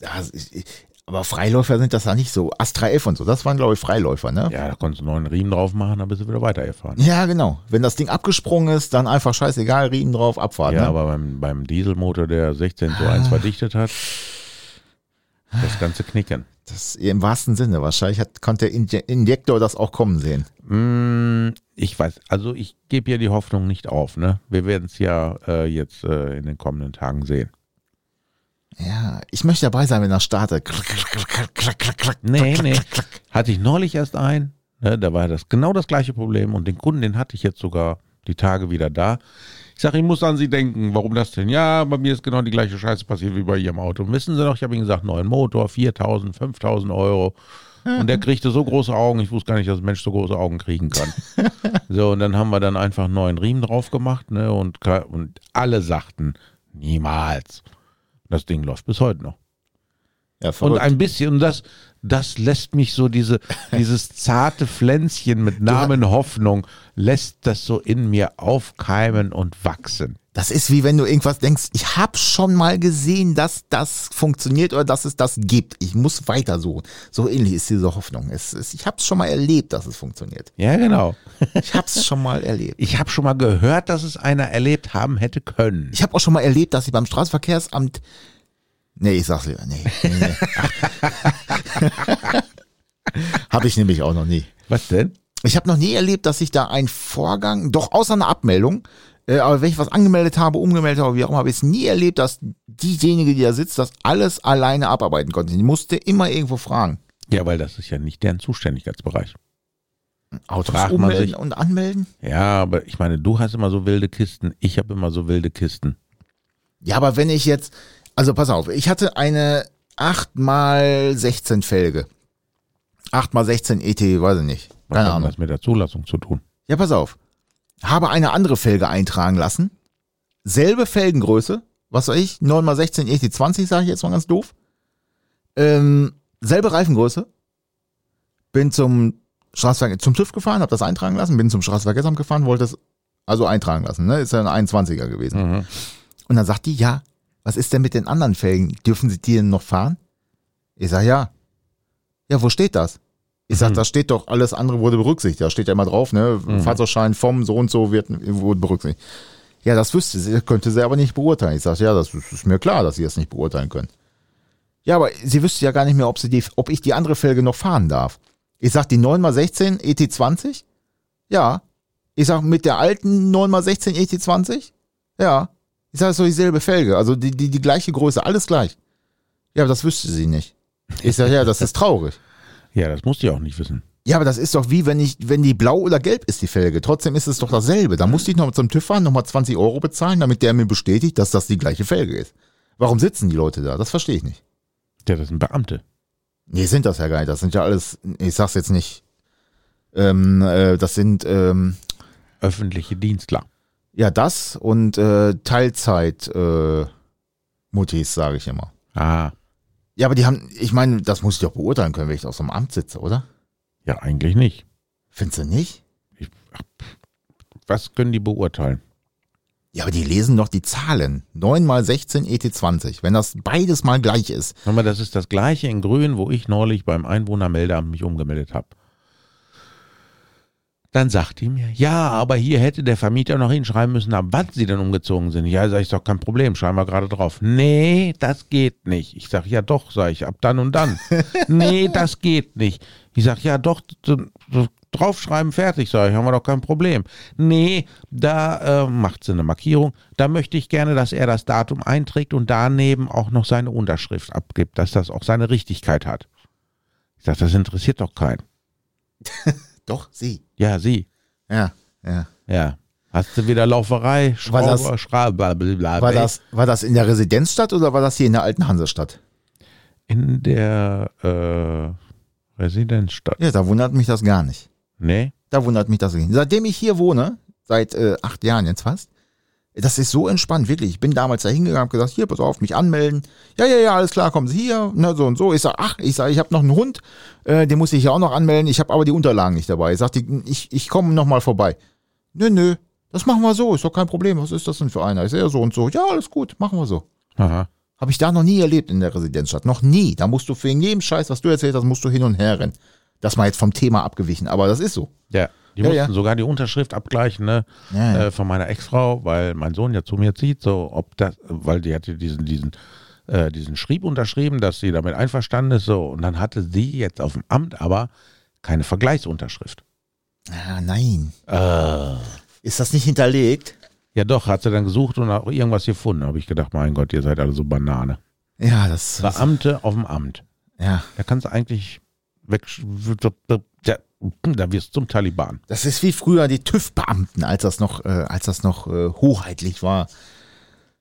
ja, ich- ich- aber Freiläufer sind das ja nicht so. Astra F und so, das waren, glaube ich, Freiläufer, ne?
Ja, da konntest du einen neuen Riemen drauf machen, dann bist du wieder weitergefahren.
Ja. genau. Wenn das Ding abgesprungen ist, dann einfach scheißegal, Riemen drauf, abfahren.
Ja,
ne?
aber beim, beim Dieselmotor, der 16 zu 1 verdichtet hat, das ganze Knicken.
das im wahrsten Sinne wahrscheinlich hat, konnte der Inje- Injektor das auch kommen sehen.
Mm, Ich weiß, also ich gebe ja die Hoffnung nicht auf, ne? Wir werden es ja äh, jetzt äh, in den kommenden Tagen sehen.
Ja, ich möchte dabei sein, wenn er startet. Klack, klack, klack, klack, klack, klack,
Nee,
klack,
nee.
klack, klack.
Hatte ich neulich erst ein, ne, da war das genau das gleiche Problem und den Kunden, den hatte ich jetzt sogar die Tage wieder da. Ich sage, ich muss an Sie denken, warum das denn? Ja, bei mir ist genau die gleiche Scheiße passiert wie bei Ihrem Auto. Und wissen Sie noch, ich habe Ihnen gesagt, neuen Motor, 4.000, 5.000 Euro. Und der kriegte so große Augen, ich wusste gar nicht, dass ein Mensch so große Augen kriegen kann. so, und dann haben wir dann einfach einen neuen Riemen drauf gemacht ne, und, ka- und alle sagten, niemals. Das Ding läuft bis heute noch.
Ja,
Und
verrückt.
ein bisschen, und das, das lässt mich so, diese, dieses zarte Pflänzchen mit Namen Hoffnung, lässt das so in mir aufkeimen und wachsen.
Das ist wie wenn du irgendwas denkst, ich habe schon mal gesehen, dass das funktioniert oder dass es das gibt. Ich muss weiter suchen. So ähnlich ist diese Hoffnung. Es ist, ich habe es schon mal erlebt, dass es funktioniert.
Ja, genau.
Ich habe es schon mal erlebt.
Ich habe schon mal gehört, dass es einer erlebt haben hätte können.
Ich habe auch schon mal erlebt, dass ich beim Straßenverkehrsamt... Nee, ich sag's lieber. Nee, nee, nee. habe ich nämlich auch noch nie.
Was denn?
Ich habe noch nie erlebt, dass ich da einen Vorgang, doch außer einer Abmeldung, äh, aber wenn ich was angemeldet habe, umgemeldet habe, wie auch immer, habe ich es nie erlebt, dass diejenige, die da sitzt, das alles alleine abarbeiten konnte. Die musste immer irgendwo fragen.
Ja, weil das ist ja nicht deren Zuständigkeitsbereich.
Autos
Fragt man
ummelden
sich.
und anmelden?
Ja, aber ich meine, du hast immer so wilde Kisten, ich habe immer so wilde Kisten.
Ja, aber wenn ich jetzt, also pass auf, ich hatte eine 8x16 Felge. 8x16 ET, E weiß ich nicht.
Was
Keine
hat denn
Ahnung.
das mit der Zulassung zu tun?
Ja, pass auf. Habe eine andere Felge eintragen lassen. Selbe Felgengröße. Was soll ich? 9x16 ET20, sage ich jetzt mal ganz doof. Ähm, selbe Reifengröße. Bin zum Straßenverkehr, zum TÜV gefahren, habe das eintragen lassen, bin zum Straßenverkehrsamt gefahren, wollte es also eintragen lassen. Ne? Ist ja ein 21er gewesen.
Mhm.
Und dann sagt die, ja, was ist denn mit den anderen Felgen? Dürfen sie die denn noch fahren? Ich sag ja. Ja, wo steht das? Ich sag,
Mhm.
da steht doch, alles andere wurde berücksichtigt. Da steht ja immer drauf, ne? Fahrzeugschein vom so und so wird, wurde berücksichtigt. Ja, das wüsste sie, könnte sie aber nicht beurteilen. Ich sag, ja, das ist ist mir klar, dass sie das nicht beurteilen können. Ja, aber sie wüsste ja gar nicht mehr, ob, sie die, ob ich die andere Felge noch fahren darf. Ich sag, die 9x16 ET20? E Ja. Ich sag, mit der alten 9x16 ET20? E Ja. Ich sage, halt so dieselbe Felge, also die, die, die gleiche Größe, alles gleich. Ja, aber das wüsste sie nicht. Ich sage, ja, das ist traurig.
Ja, das musste ich auch nicht wissen.
Ja, aber das ist doch wie, wenn ich, wenn die blau oder gelb ist, die Felge. Trotzdem ist es doch dasselbe. Da musste ich noch zum TÜV fahren, nochmal 20 Euro bezahlen, damit der mir bestätigt, dass das die gleiche Felge ist. Warum sitzen die Leute da? Das verstehe ich nicht.
Ja, das sind Beamte.
Nee, sind das ja gar nicht. Das sind ja alles, ich sag's jetzt nicht. Ähm, äh, das sind, ähm,
Öffentliche Dienstler.
ja, das und äh, Teilzeit-Mutis, äh, Muttis, sage ich immer.
Ah,
Ja, aber die haben, ich meine, das muss ich doch beurteilen können, wenn ich auf so einem Amt sitze, oder?
ja, eigentlich nicht.
Findest du nicht?
Was können die beurteilen?
Ja, aber die lesen doch die Zahlen. 9 mal 16 ET20. Wenn das beides mal gleich ist.
Sag mal, das ist das gleiche in Grün, wo ich neulich beim Einwohnermeldeamt mich umgemeldet habe. Dann sagt die mir, ja, aber hier hätte der Vermieter noch hinschreiben müssen, ab wann sie denn umgezogen sind. Ja, sag ich, ist doch kein Problem, schreiben wir gerade drauf. Nee, das geht nicht. Ich sag, ja doch, sag ich, ab dann und dann. nee, das geht nicht. Ich sag, ja doch, d- d- draufschreiben, fertig, sag ich, haben wir doch kein Problem. Nee, da äh, macht sie eine Markierung. Da möchte ich gerne, dass er das Datum einträgt und daneben auch noch seine Unterschrift abgibt, dass das auch seine Richtigkeit hat. Ich sag, das interessiert doch keinen.
Doch, sie.
Ja, sie.
Ja, ja.
Ja. Hast du wieder Lauferei,
War das-
Schrauber, Schraube, blablabla.
War das, war das in der Residenzstadt oder war das hier in der alten Hansestadt?
In der äh, Residenzstadt.
Ja, da wundert mich das gar nicht.
Nee?
Da wundert mich das nicht. Seitdem ich hier wohne, seit äh, acht Jahren jetzt fast. Das ist so entspannt, wirklich. Ich bin damals da hingegangen, habe gesagt, hier, pass auf, mich anmelden. Ja, ja, ja, alles klar, kommen Sie hier, ne, so und so. Ich sage, ach, ich sage, ich habe noch einen Hund, äh, den muss ich ja auch noch anmelden. Ich habe aber die Unterlagen nicht dabei. Ich sagte, ich, ich komme nochmal vorbei. Nö, nö, das machen wir so, ist doch kein Problem. Was ist das denn für einer? Ich sehe so und so. Ja, alles gut, machen wir so.
Aha.
Habe ich da noch nie erlebt in der Residenzstadt. Noch nie. Da musst du für jeden Scheiß, was du erzählt hast, musst du hin und her rennen. Das mal jetzt vom Thema abgewichen, aber das ist so.
Ja. Die
Ja,
mussten
ja.
sogar die Unterschrift abgleichen, ne?
Ja, ja.
Äh, von meiner Ex-Frau, weil mein Sohn ja zu mir zieht, so ob das, weil die hatte diesen, diesen, äh, diesen Schrieb unterschrieben, dass sie damit einverstanden ist, so und dann hatte sie jetzt auf dem Amt aber keine Vergleichsunterschrift.
Ah, nein.
Äh.
Ist das nicht hinterlegt?
Ja doch, hat sie dann gesucht und auch irgendwas gefunden. Habe ich gedacht, mein Gott, ihr seid alle so Banane.
Ja, das. das
Beamte auf dem Amt.
ja.
Da kannst du eigentlich weg. Da, da wirst du zum Taliban.
Das ist wie früher die TÜV-Beamten, als das noch, äh, als das noch äh, hoheitlich war.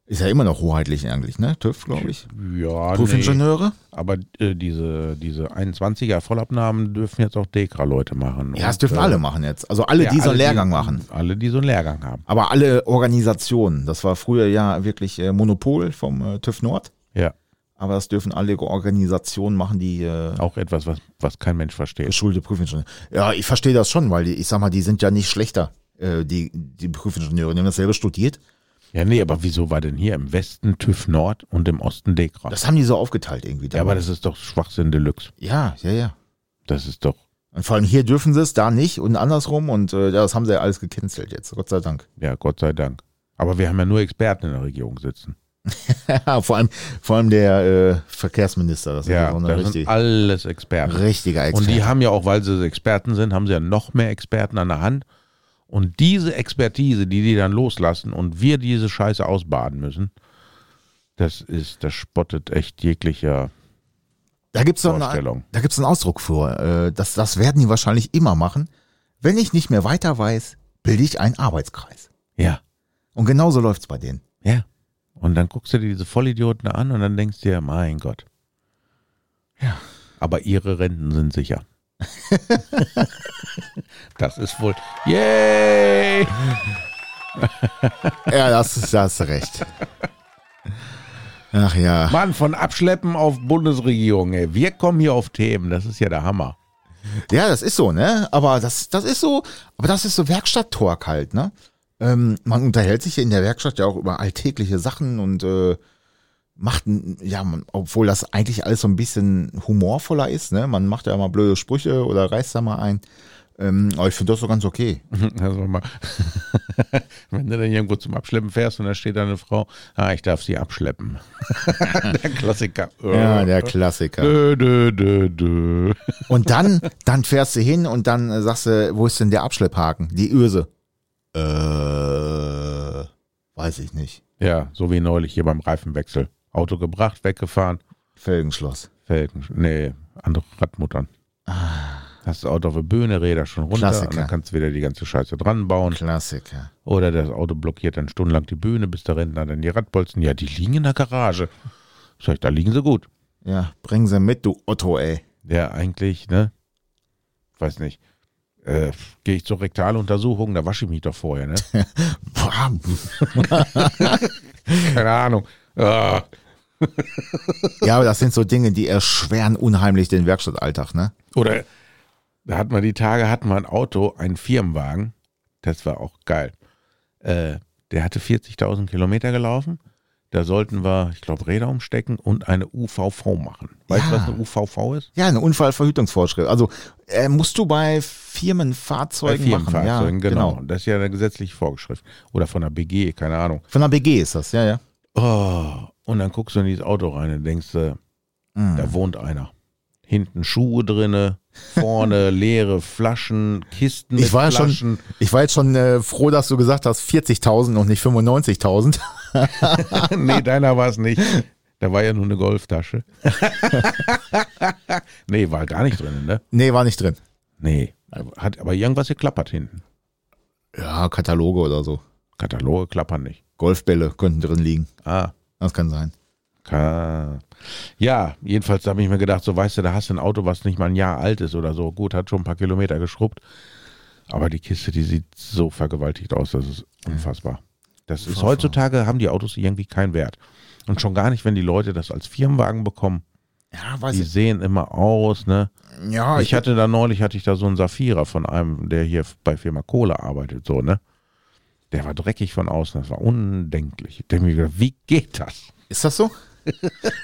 Ist ja immer noch hoheitlich eigentlich, ne? TÜV, glaube ich.
Ja, Ah, nee.
Prüfingenieure?
aber äh, diese, diese 21er Vollabnahmen dürfen jetzt auch Dekra-Leute machen.
Ja, das
Und,
dürfen
äh,
alle machen jetzt. Also alle,
ja,
die so einen
alle,
Lehrgang machen.
Alle, die so einen Lehrgang haben.
Aber alle Organisationen. Das war früher ja wirklich äh, Monopol vom äh, TÜV Nord.
Ja,
Aber das dürfen alle Organisationen machen, die äh,
auch etwas, was, was kein Mensch versteht.
geschulte Prüfingenieure. Ja, ich verstehe das schon, weil die, ich sag mal, die sind ja nicht schlechter. Äh, die, die Prüfingenieure, die haben dasselbe studiert.
Ja, nee, aber wieso war denn hier im Westen TÜV Nord und im Osten Dekra?
Das haben die so aufgeteilt irgendwie.
ja, aber das ist doch Schwachsinn Deluxe.
ja, ja, ja.
Das ist doch,
Und vor allem hier dürfen sie es, da nicht und andersrum. Und äh, ja, das haben sie ja alles gecancelt jetzt, Gott sei Dank.
ja, Gott sei Dank. Aber wir haben ja nur Experten in der Regierung sitzen.
vor, allem, vor allem der äh, Verkehrsminister, das
Ja,
ist auch eine
das
richtig,
sind alles Experten.
richtiger Experte.
Und die haben ja auch, weil sie Experten sind, haben sie ja noch mehr Experten an der Hand. Und diese Expertise, die die dann loslassen und wir diese Scheiße ausbaden müssen, das ist, das spottet echt jeglicher.
da gibt's so
Vorstellung.
einen, da gibt's einen Ausdruck für. Äh, das, das werden die wahrscheinlich immer machen. Wenn ich nicht mehr weiter weiß, bilde ich einen Arbeitskreis.
Ja,
Und genauso läuft's bei denen.
ja. Und dann guckst du dir diese Vollidioten an und dann denkst dir, mein Gott.
Ja.
Aber ihre Renten sind sicher. das ist wohl. Yay!
Ja, das ist, da hast du recht. Ach ja.
Mann, von Abschleppen auf Bundesregierung, ey. Wir kommen hier auf Themen, das ist ja der Hammer.
Ja, das ist so, ne? Aber das, das ist so, aber das ist so Werkstatttalk halt, ne? Ähm, man unterhält sich in der Werkstatt ja auch über alltägliche Sachen und äh, macht, n- ja, man, obwohl das eigentlich alles so ein bisschen humorvoller ist, ne? Man macht ja mal blöde Sprüche oder reißt da mal ein. Ähm, aber ich finde das so ganz okay.
Also mal, wenn du dann irgendwo zum Abschleppen fährst und da steht da eine Frau, ah, ich darf sie abschleppen. der Klassiker.
Ja, der Klassiker.
Dö, dö, dö, dö.
Und dann, dann fährst du hin und dann äh, sagst du, wo ist denn der Abschlepphaken? Die Öse. Äh, weiß ich nicht.
Ja, so wie neulich hier beim Reifenwechsel. Auto gebracht, weggefahren,
Felgenschloss.
Felgen, nee, andere Radmuttern. Hast das Auto auf der Bühne, Räder schon runter und
Ah. Klassiker.
dann kannst du wieder die ganze Scheiße dran bauen.
Klassiker.
Oder das Auto blockiert dann stundenlang die Bühne, bis der Rentner dann die Radbolzen, ja, die liegen in der Garage. Sag ich, da liegen sie gut.
Ja, bring sie mit, du Otto, ey.
der eigentlich, ne? Weiß nicht. Äh, Gehe ich zur Rektaluntersuchung, da wasche ich mich doch vorher, ne?
Boah,
Keine Ahnung. Ah,
Ja, aber das sind so Dinge, die erschweren unheimlich den Werkstattalltag, ne?
Oder da hat man die Tage, hat man ein Auto, einen Firmenwagen. Das war auch geil. Äh, der hatte 40.000 Kilometer gelaufen. Da sollten wir, ich glaube, Räder umstecken und eine UVV machen. Weißt du,
Ja.
was eine UVV ist?
Ja, eine Unfallverhütungsvorschrift. Also äh, musst du bei
Bei
Firmenfahrzeugen
Firmenfahrzeugen,
machen. Ja,
genau. Das ist ja eine gesetzliche Vorschrift. Oder von der BG, keine Ahnung.
Von der BG ist das, ja, ja.
Oh, und dann guckst du in dieses Auto rein und denkst, äh,
Hm. Mhm.
da wohnt einer. Hinten Schuhe drinne, vorne leere Flaschen, Kisten mit
Ich war, ja
Flaschen.
schon, ich war jetzt schon äh, froh, dass du gesagt hast, 40.000 und nicht 95.000.
nee, deiner war es nicht. Da war ja nur eine Golftasche. nee, war gar nicht drin, ne?
nee, war nicht drin.
Nee, hat aber irgendwas geklappert hinten.
Ja, Kataloge oder so.
Kataloge klappern nicht.
Golfbälle könnten drin liegen.
Ah,
Das kann sein.
ka- ja, jedenfalls habe ich mir gedacht, so weißt du, da hast du ein Auto, was nicht mal ein Jahr alt ist oder so. Gut, hat schon ein paar Kilometer geschrubbt. Aber die Kiste, die sieht so vergewaltigt aus, das ist unfassbar. Das ist
Mhm. Unfassbar.
heutzutage haben die Autos irgendwie keinen Wert. Und schon gar nicht, wenn die Leute das als Firmenwagen bekommen.
Ja, weiß
Die
ich. Ah,
sehen immer aus, ne?
Ja,
ich hatte da neulich, hatte ich da so einen Saphira von einem, der hier bei Firma Kohle arbeitet, so, ne? Der war dreckig von außen, das war undenklich. Ich hab mir gedacht, wie geht das?
Ist das so?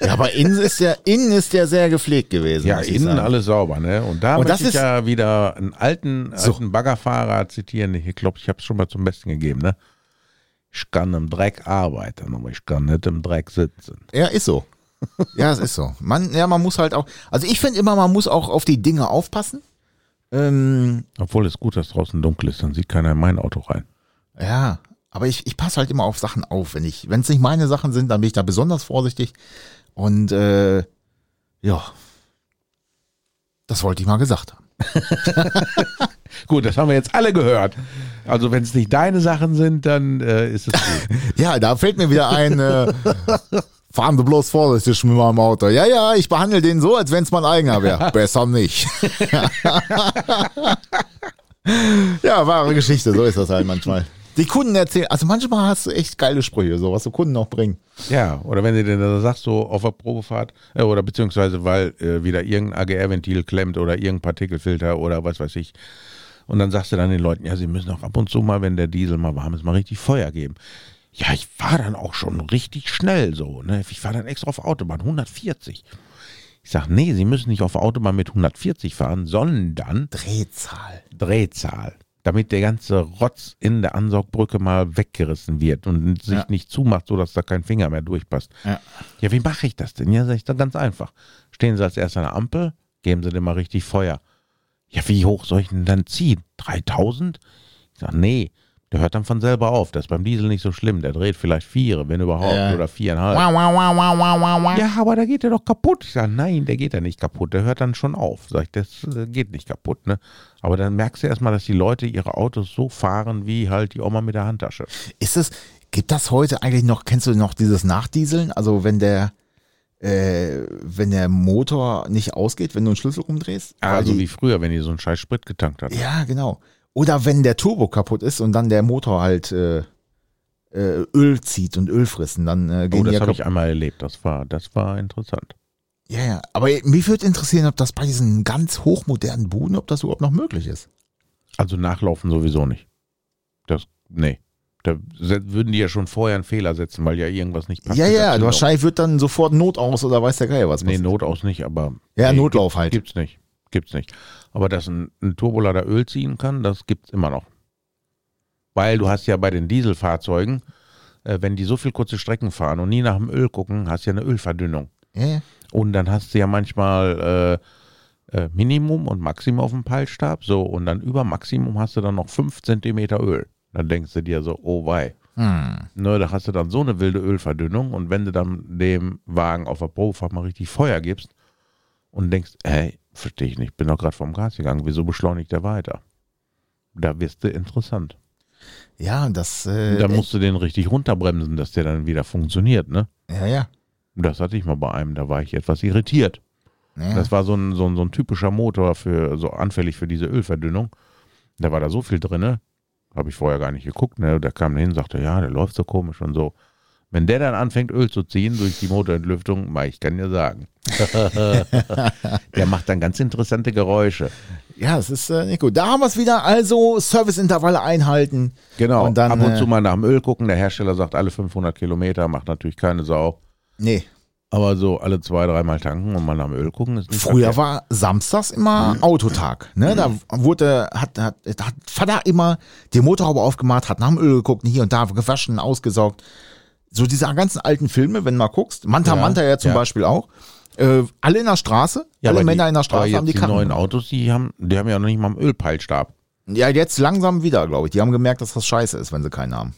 ja, aber innen ist der, innen ist der sehr gepflegt gewesen.
Ja,
muss ich
innen
sagen.
alles sauber, ne? Und da
Und
möchte
das
ich
ist-
ja wieder einen alten,
So.
alten Baggerfahrer zitieren. Ich glaube, ich habe es schon mal zum Besten gegeben, ne? Ich kann im Dreck arbeiten, aber ich kann nicht im Dreck sitzen.
Ja, ist so. Ja, es ist so. Man, ja, man muss halt auch. Also ich finde immer, man muss auch auf die Dinge aufpassen. Ähm,
Obwohl es gut, dass draußen dunkel ist, dann sieht keiner in mein Auto rein.
ja, aber ich, ich passe halt immer auf Sachen auf. Wenn ich, wenn es nicht meine Sachen sind, dann bin ich da besonders vorsichtig. Und äh, ja, das wollte ich mal gesagt haben.
Gut, das haben wir jetzt alle gehört. Also wenn es nicht deine Sachen sind, dann äh, ist es gut.
Ja, da fällt mir wieder ein. Äh, fahren Sie bloß vorsichtig mit meinem Auto. Ja, ja, ich behandle den so, als wenn es mein eigener wäre. Besser nicht. ja, wahre Geschichte, so ist das halt manchmal. Die Kunden erzählen, also manchmal hast du echt geile Sprüche, so was du Kunden auch bringen.
ja, oder wenn du dir dann sagst, so auf der Probefahrt, äh, oder beziehungsweise weil äh, wieder irgendein AGR-Ventil klemmt oder irgendein Partikelfilter oder was weiß ich. Und dann sagst du dann den Leuten, ja, sie müssen auch ab und zu mal, wenn der Diesel mal warm ist, mal richtig Feuer geben. Ja, ich fahre dann auch schon richtig schnell so. Ne? Ich fahre dann extra auf Autobahn, 140. Ich sage, nee, sie müssen nicht auf der Autobahn mit 140 fahren, sondern
Drehzahl.
Drehzahl, damit der ganze Rotz in der Ansaugbrücke mal weggerissen wird und sich
Ja.
nicht zumacht, sodass da kein Finger mehr durchpasst.
Ja.
Ja, wie mache ich das denn? Ja, sag ich dann ganz einfach. Stehen Sie als erst an der Ampel, geben Sie dem mal richtig Feuer. Ja, wie hoch soll ich denn dann ziehen? 3000? Ich sage, nee, der hört dann von selber auf. Das ist beim Diesel nicht so schlimm. Der dreht vielleicht vier, wenn überhaupt,
Ja.
oder viereinhalb.
Wow, wow, wow, wow, wow, wow, wow.
Ja, aber da geht er doch kaputt. Ich sage, nein, der geht ja nicht kaputt. Der hört dann schon auf. Sag ich, das äh, geht nicht kaputt, ne? Aber dann merkst du erstmal, dass die Leute ihre Autos so fahren, wie halt die Oma mit der Handtasche.
Ist es, gibt das heute eigentlich noch, kennst du noch dieses Nachdieseln? Also wenn der, äh, wenn der Motor nicht ausgeht, wenn du einen Schlüssel umdrehst? Weil
Also
Ah, die-
wie früher, wenn die so einen scheiß Sprit getankt hat.
Ja, genau. Oder wenn der Turbo kaputt ist und dann der Motor halt äh, äh, Öl zieht und Öl fressen, dann äh,
Oh,
gehen die
das
ja
habe ich
kaputt.
einmal erlebt. Das war, das war interessant.
Ja, ja. Aber mich würde interessieren, ob das bei diesen ganz hochmodernen Buden, ob das überhaupt noch möglich ist.
Also nachlaufen sowieso nicht. Das, nee. Da se- würden die ja schon vorher einen Fehler setzen, weil ja irgendwas nicht passt.
ja,
mit der
ja.
Zündung.
Wahrscheinlich wird dann sofort Not aus oder weiß der Geil was.
Nee,
passiert.
Notaus nicht, aber
ja,
nee,
Notlauf halt.
Gibt's nicht. Gibt's nicht. Aber dass ein, ein Turbolader Öl ziehen kann, das gibt's immer noch. Weil du hast ja bei den Dieselfahrzeugen, äh, wenn die so viel kurze Strecken fahren und nie nach dem Öl gucken, hast ja eine Ölverdünnung.
Ja, ja.
Und dann hast du ja manchmal äh, äh, Minimum und Maximum auf dem Peilstab. So, und dann über Maximum hast du dann noch 5 cm Öl. Dann denkst du dir so, oh wei.
Hm.
Ne, da hast du dann so eine wilde Ölverdünnung und wenn du dann dem Wagen auf der Probefahrt mal richtig Feuer gibst und denkst, hey, verstehe ich nicht, bin doch gerade vom Gas gegangen, wieso beschleunigt der weiter? Da wirst du interessant.
ja das. Äh,
Da musst du den richtig runterbremsen, dass der dann wieder funktioniert, ne?
ja, ja.
Und Das hatte ich mal bei einem, da war ich etwas irritiert.
ja.
Das war so ein, so ein, so ein typischer Motor für, so anfällig für diese Ölverdünnung. Da war da so viel drinne, habe ich vorher gar nicht geguckt, ne? Da kam der hin, sagte, ja, der läuft so komisch und so. Wenn der dann anfängt, Öl zu ziehen durch die Motorentlüftung, mal, ich kann dir sagen. der macht dann ganz interessante Geräusche.
ja, es ist äh, nicht gut. Da haben wir es wieder. Also Serviceintervalle einhalten.
Genau.
Und dann,
Ab und
äh,
zu mal nach dem Öl gucken. Der Hersteller sagt alle 500 Kilometer, macht natürlich keine Sau.
Nee.
Aber so alle zwei, dreimal tanken und mal nach dem Öl gucken ist nicht
Früher
verkehrt.
war samstags immer
Mhm.
Autotag. Ne? Da wurde, hat, hat, hat Vater immer die Motorhaube aufgemacht, hat nach dem Öl geguckt, hier und da gewaschen, ausgesaugt. So diese ganzen alten Filme, wenn du mal guckst, Manta
Ja,
Manta ja zum
ja.
Beispiel auch, äh, alle in der Straße, alle
aber
Männer in der
aber
Straße
jetzt
haben die
die neuen
Karren.
Autos, die haben, die haben ja noch nicht mal einen Ölpeilstab.
Ja, jetzt langsam wieder, glaube ich. Die haben gemerkt, dass das scheiße ist, wenn sie keinen haben.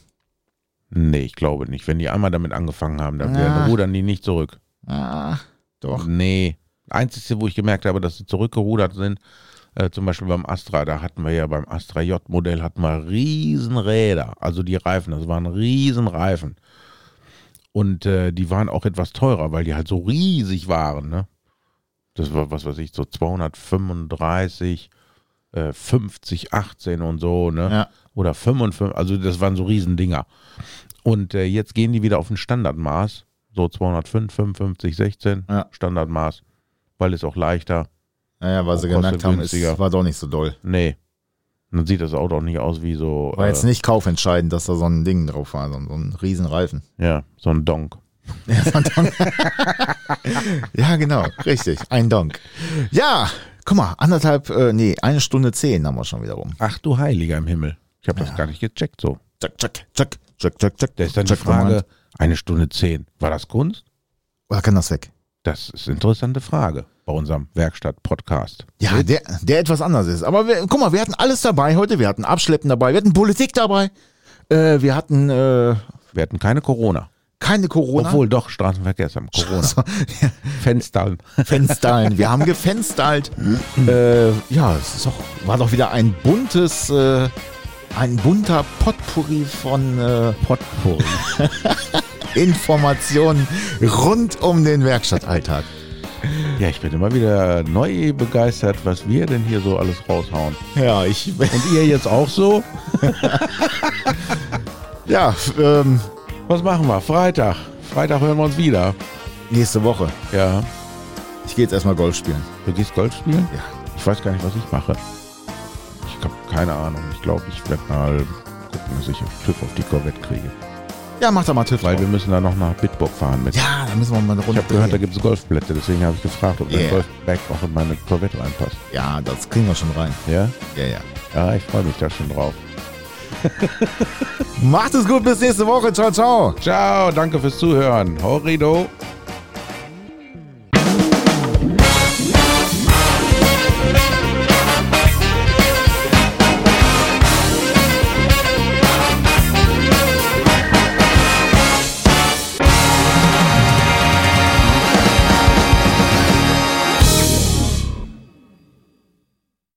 Nee, ich glaube nicht. Wenn die einmal damit angefangen haben, dann
Ah.
werden- rudern die nicht zurück.
Ah, doch.
Nee. Einzige, wo ich gemerkt habe, dass sie zurückgerudert sind, äh, zum Beispiel beim Astra, da hatten wir ja beim Astra J-Modell hatten wir Riesenräder, also die Reifen, das waren Riesenreifen. Und äh, die waren auch etwas teurer, weil die halt so riesig waren, ne? Das war, was weiß ich, so 235 äh, 50, 18 und so, ne?
Ja.
Oder 55, also das waren so Riesendinger. Und äh, jetzt gehen die wieder auf ein Standardmaß, so 205, 55, 16,
Ja.
Standardmaß, weil ist auch leichter.
Naja, weil sie
Kostet
gemerkt haben, es
günstiger.
war doch nicht so doll.
Nee. Dann sieht das Auto auch nicht aus wie so, äh,
War jetzt nicht kaufentscheidend, dass da so ein Ding drauf war, so ein, so ein Riesenreifen.
ja, so ein Donk.
Ja, genau, richtig. Ein Donk. Ja, guck mal, anderthalb, äh, nee, eine Stunde zehn haben wir schon wieder rum.
Ach du Heiliger im Himmel. Ich habe das gar nicht gecheckt so.
Zack, zack, zack, zack, zack, zack.
Da ist dann die
zack,
Frage,
Moment.
eine Stunde zehn. War das Kunst?
Oder kann das weg?
Das ist eine interessante Frage bei unserem Werkstatt-Podcast.
Ja, der, der etwas anders ist. Aber wir, guck mal, wir hatten alles dabei heute. Wir hatten Abschleppen dabei, wir hatten Politik dabei, äh, wir hatten äh,
Wir hatten keine Corona.
keine Corona.
Obwohl doch, Straßenverkehrsamt, Corona. Fenstern.
Fenstalen. Wir haben gefenstalt. äh, ja, es ist auch, war doch wieder ein buntes, äh, ein bunter Potpourri von äh,
Potpourri.
Informationen rund um den Werkstattalltag.
Ja, ich bin immer wieder neu begeistert, was wir denn hier so alles raushauen.
Ja, ich.
Und ihr jetzt auch so?
Ja, ähm,
Was machen wir? Freitag. Freitag hören wir uns wieder.
nächste Woche.
Ja.
Ich gehe jetzt erstmal Golf spielen.
Du gehst Golf spielen?
Ja.
Ich weiß gar nicht, was ich mache. Ich habe keine Ahnung. Ich glaube, ich werde mal gucken, dass ich TÜV auf die Corvette kriege.
Ja, mach doch mal TÜV.
Weil
drauf.
wir müssen da noch nach Bitburg fahren mit.
ja, da müssen wir mal eine
Ich
Runde.
habe gehört, da
drehen.
gibt es Golfplätze. Deswegen habe ich gefragt, ob
Yeah.
mein Golfbag auch in meine Corvette reinpasst.
ja, das kriegen wir schon rein.
Ja?
Ja, ja.
Ja, ich freue mich da schon drauf.
Macht es gut, bis nächste Woche. Ciao, ciao.
Ciao, danke fürs Zuhören. Horrido.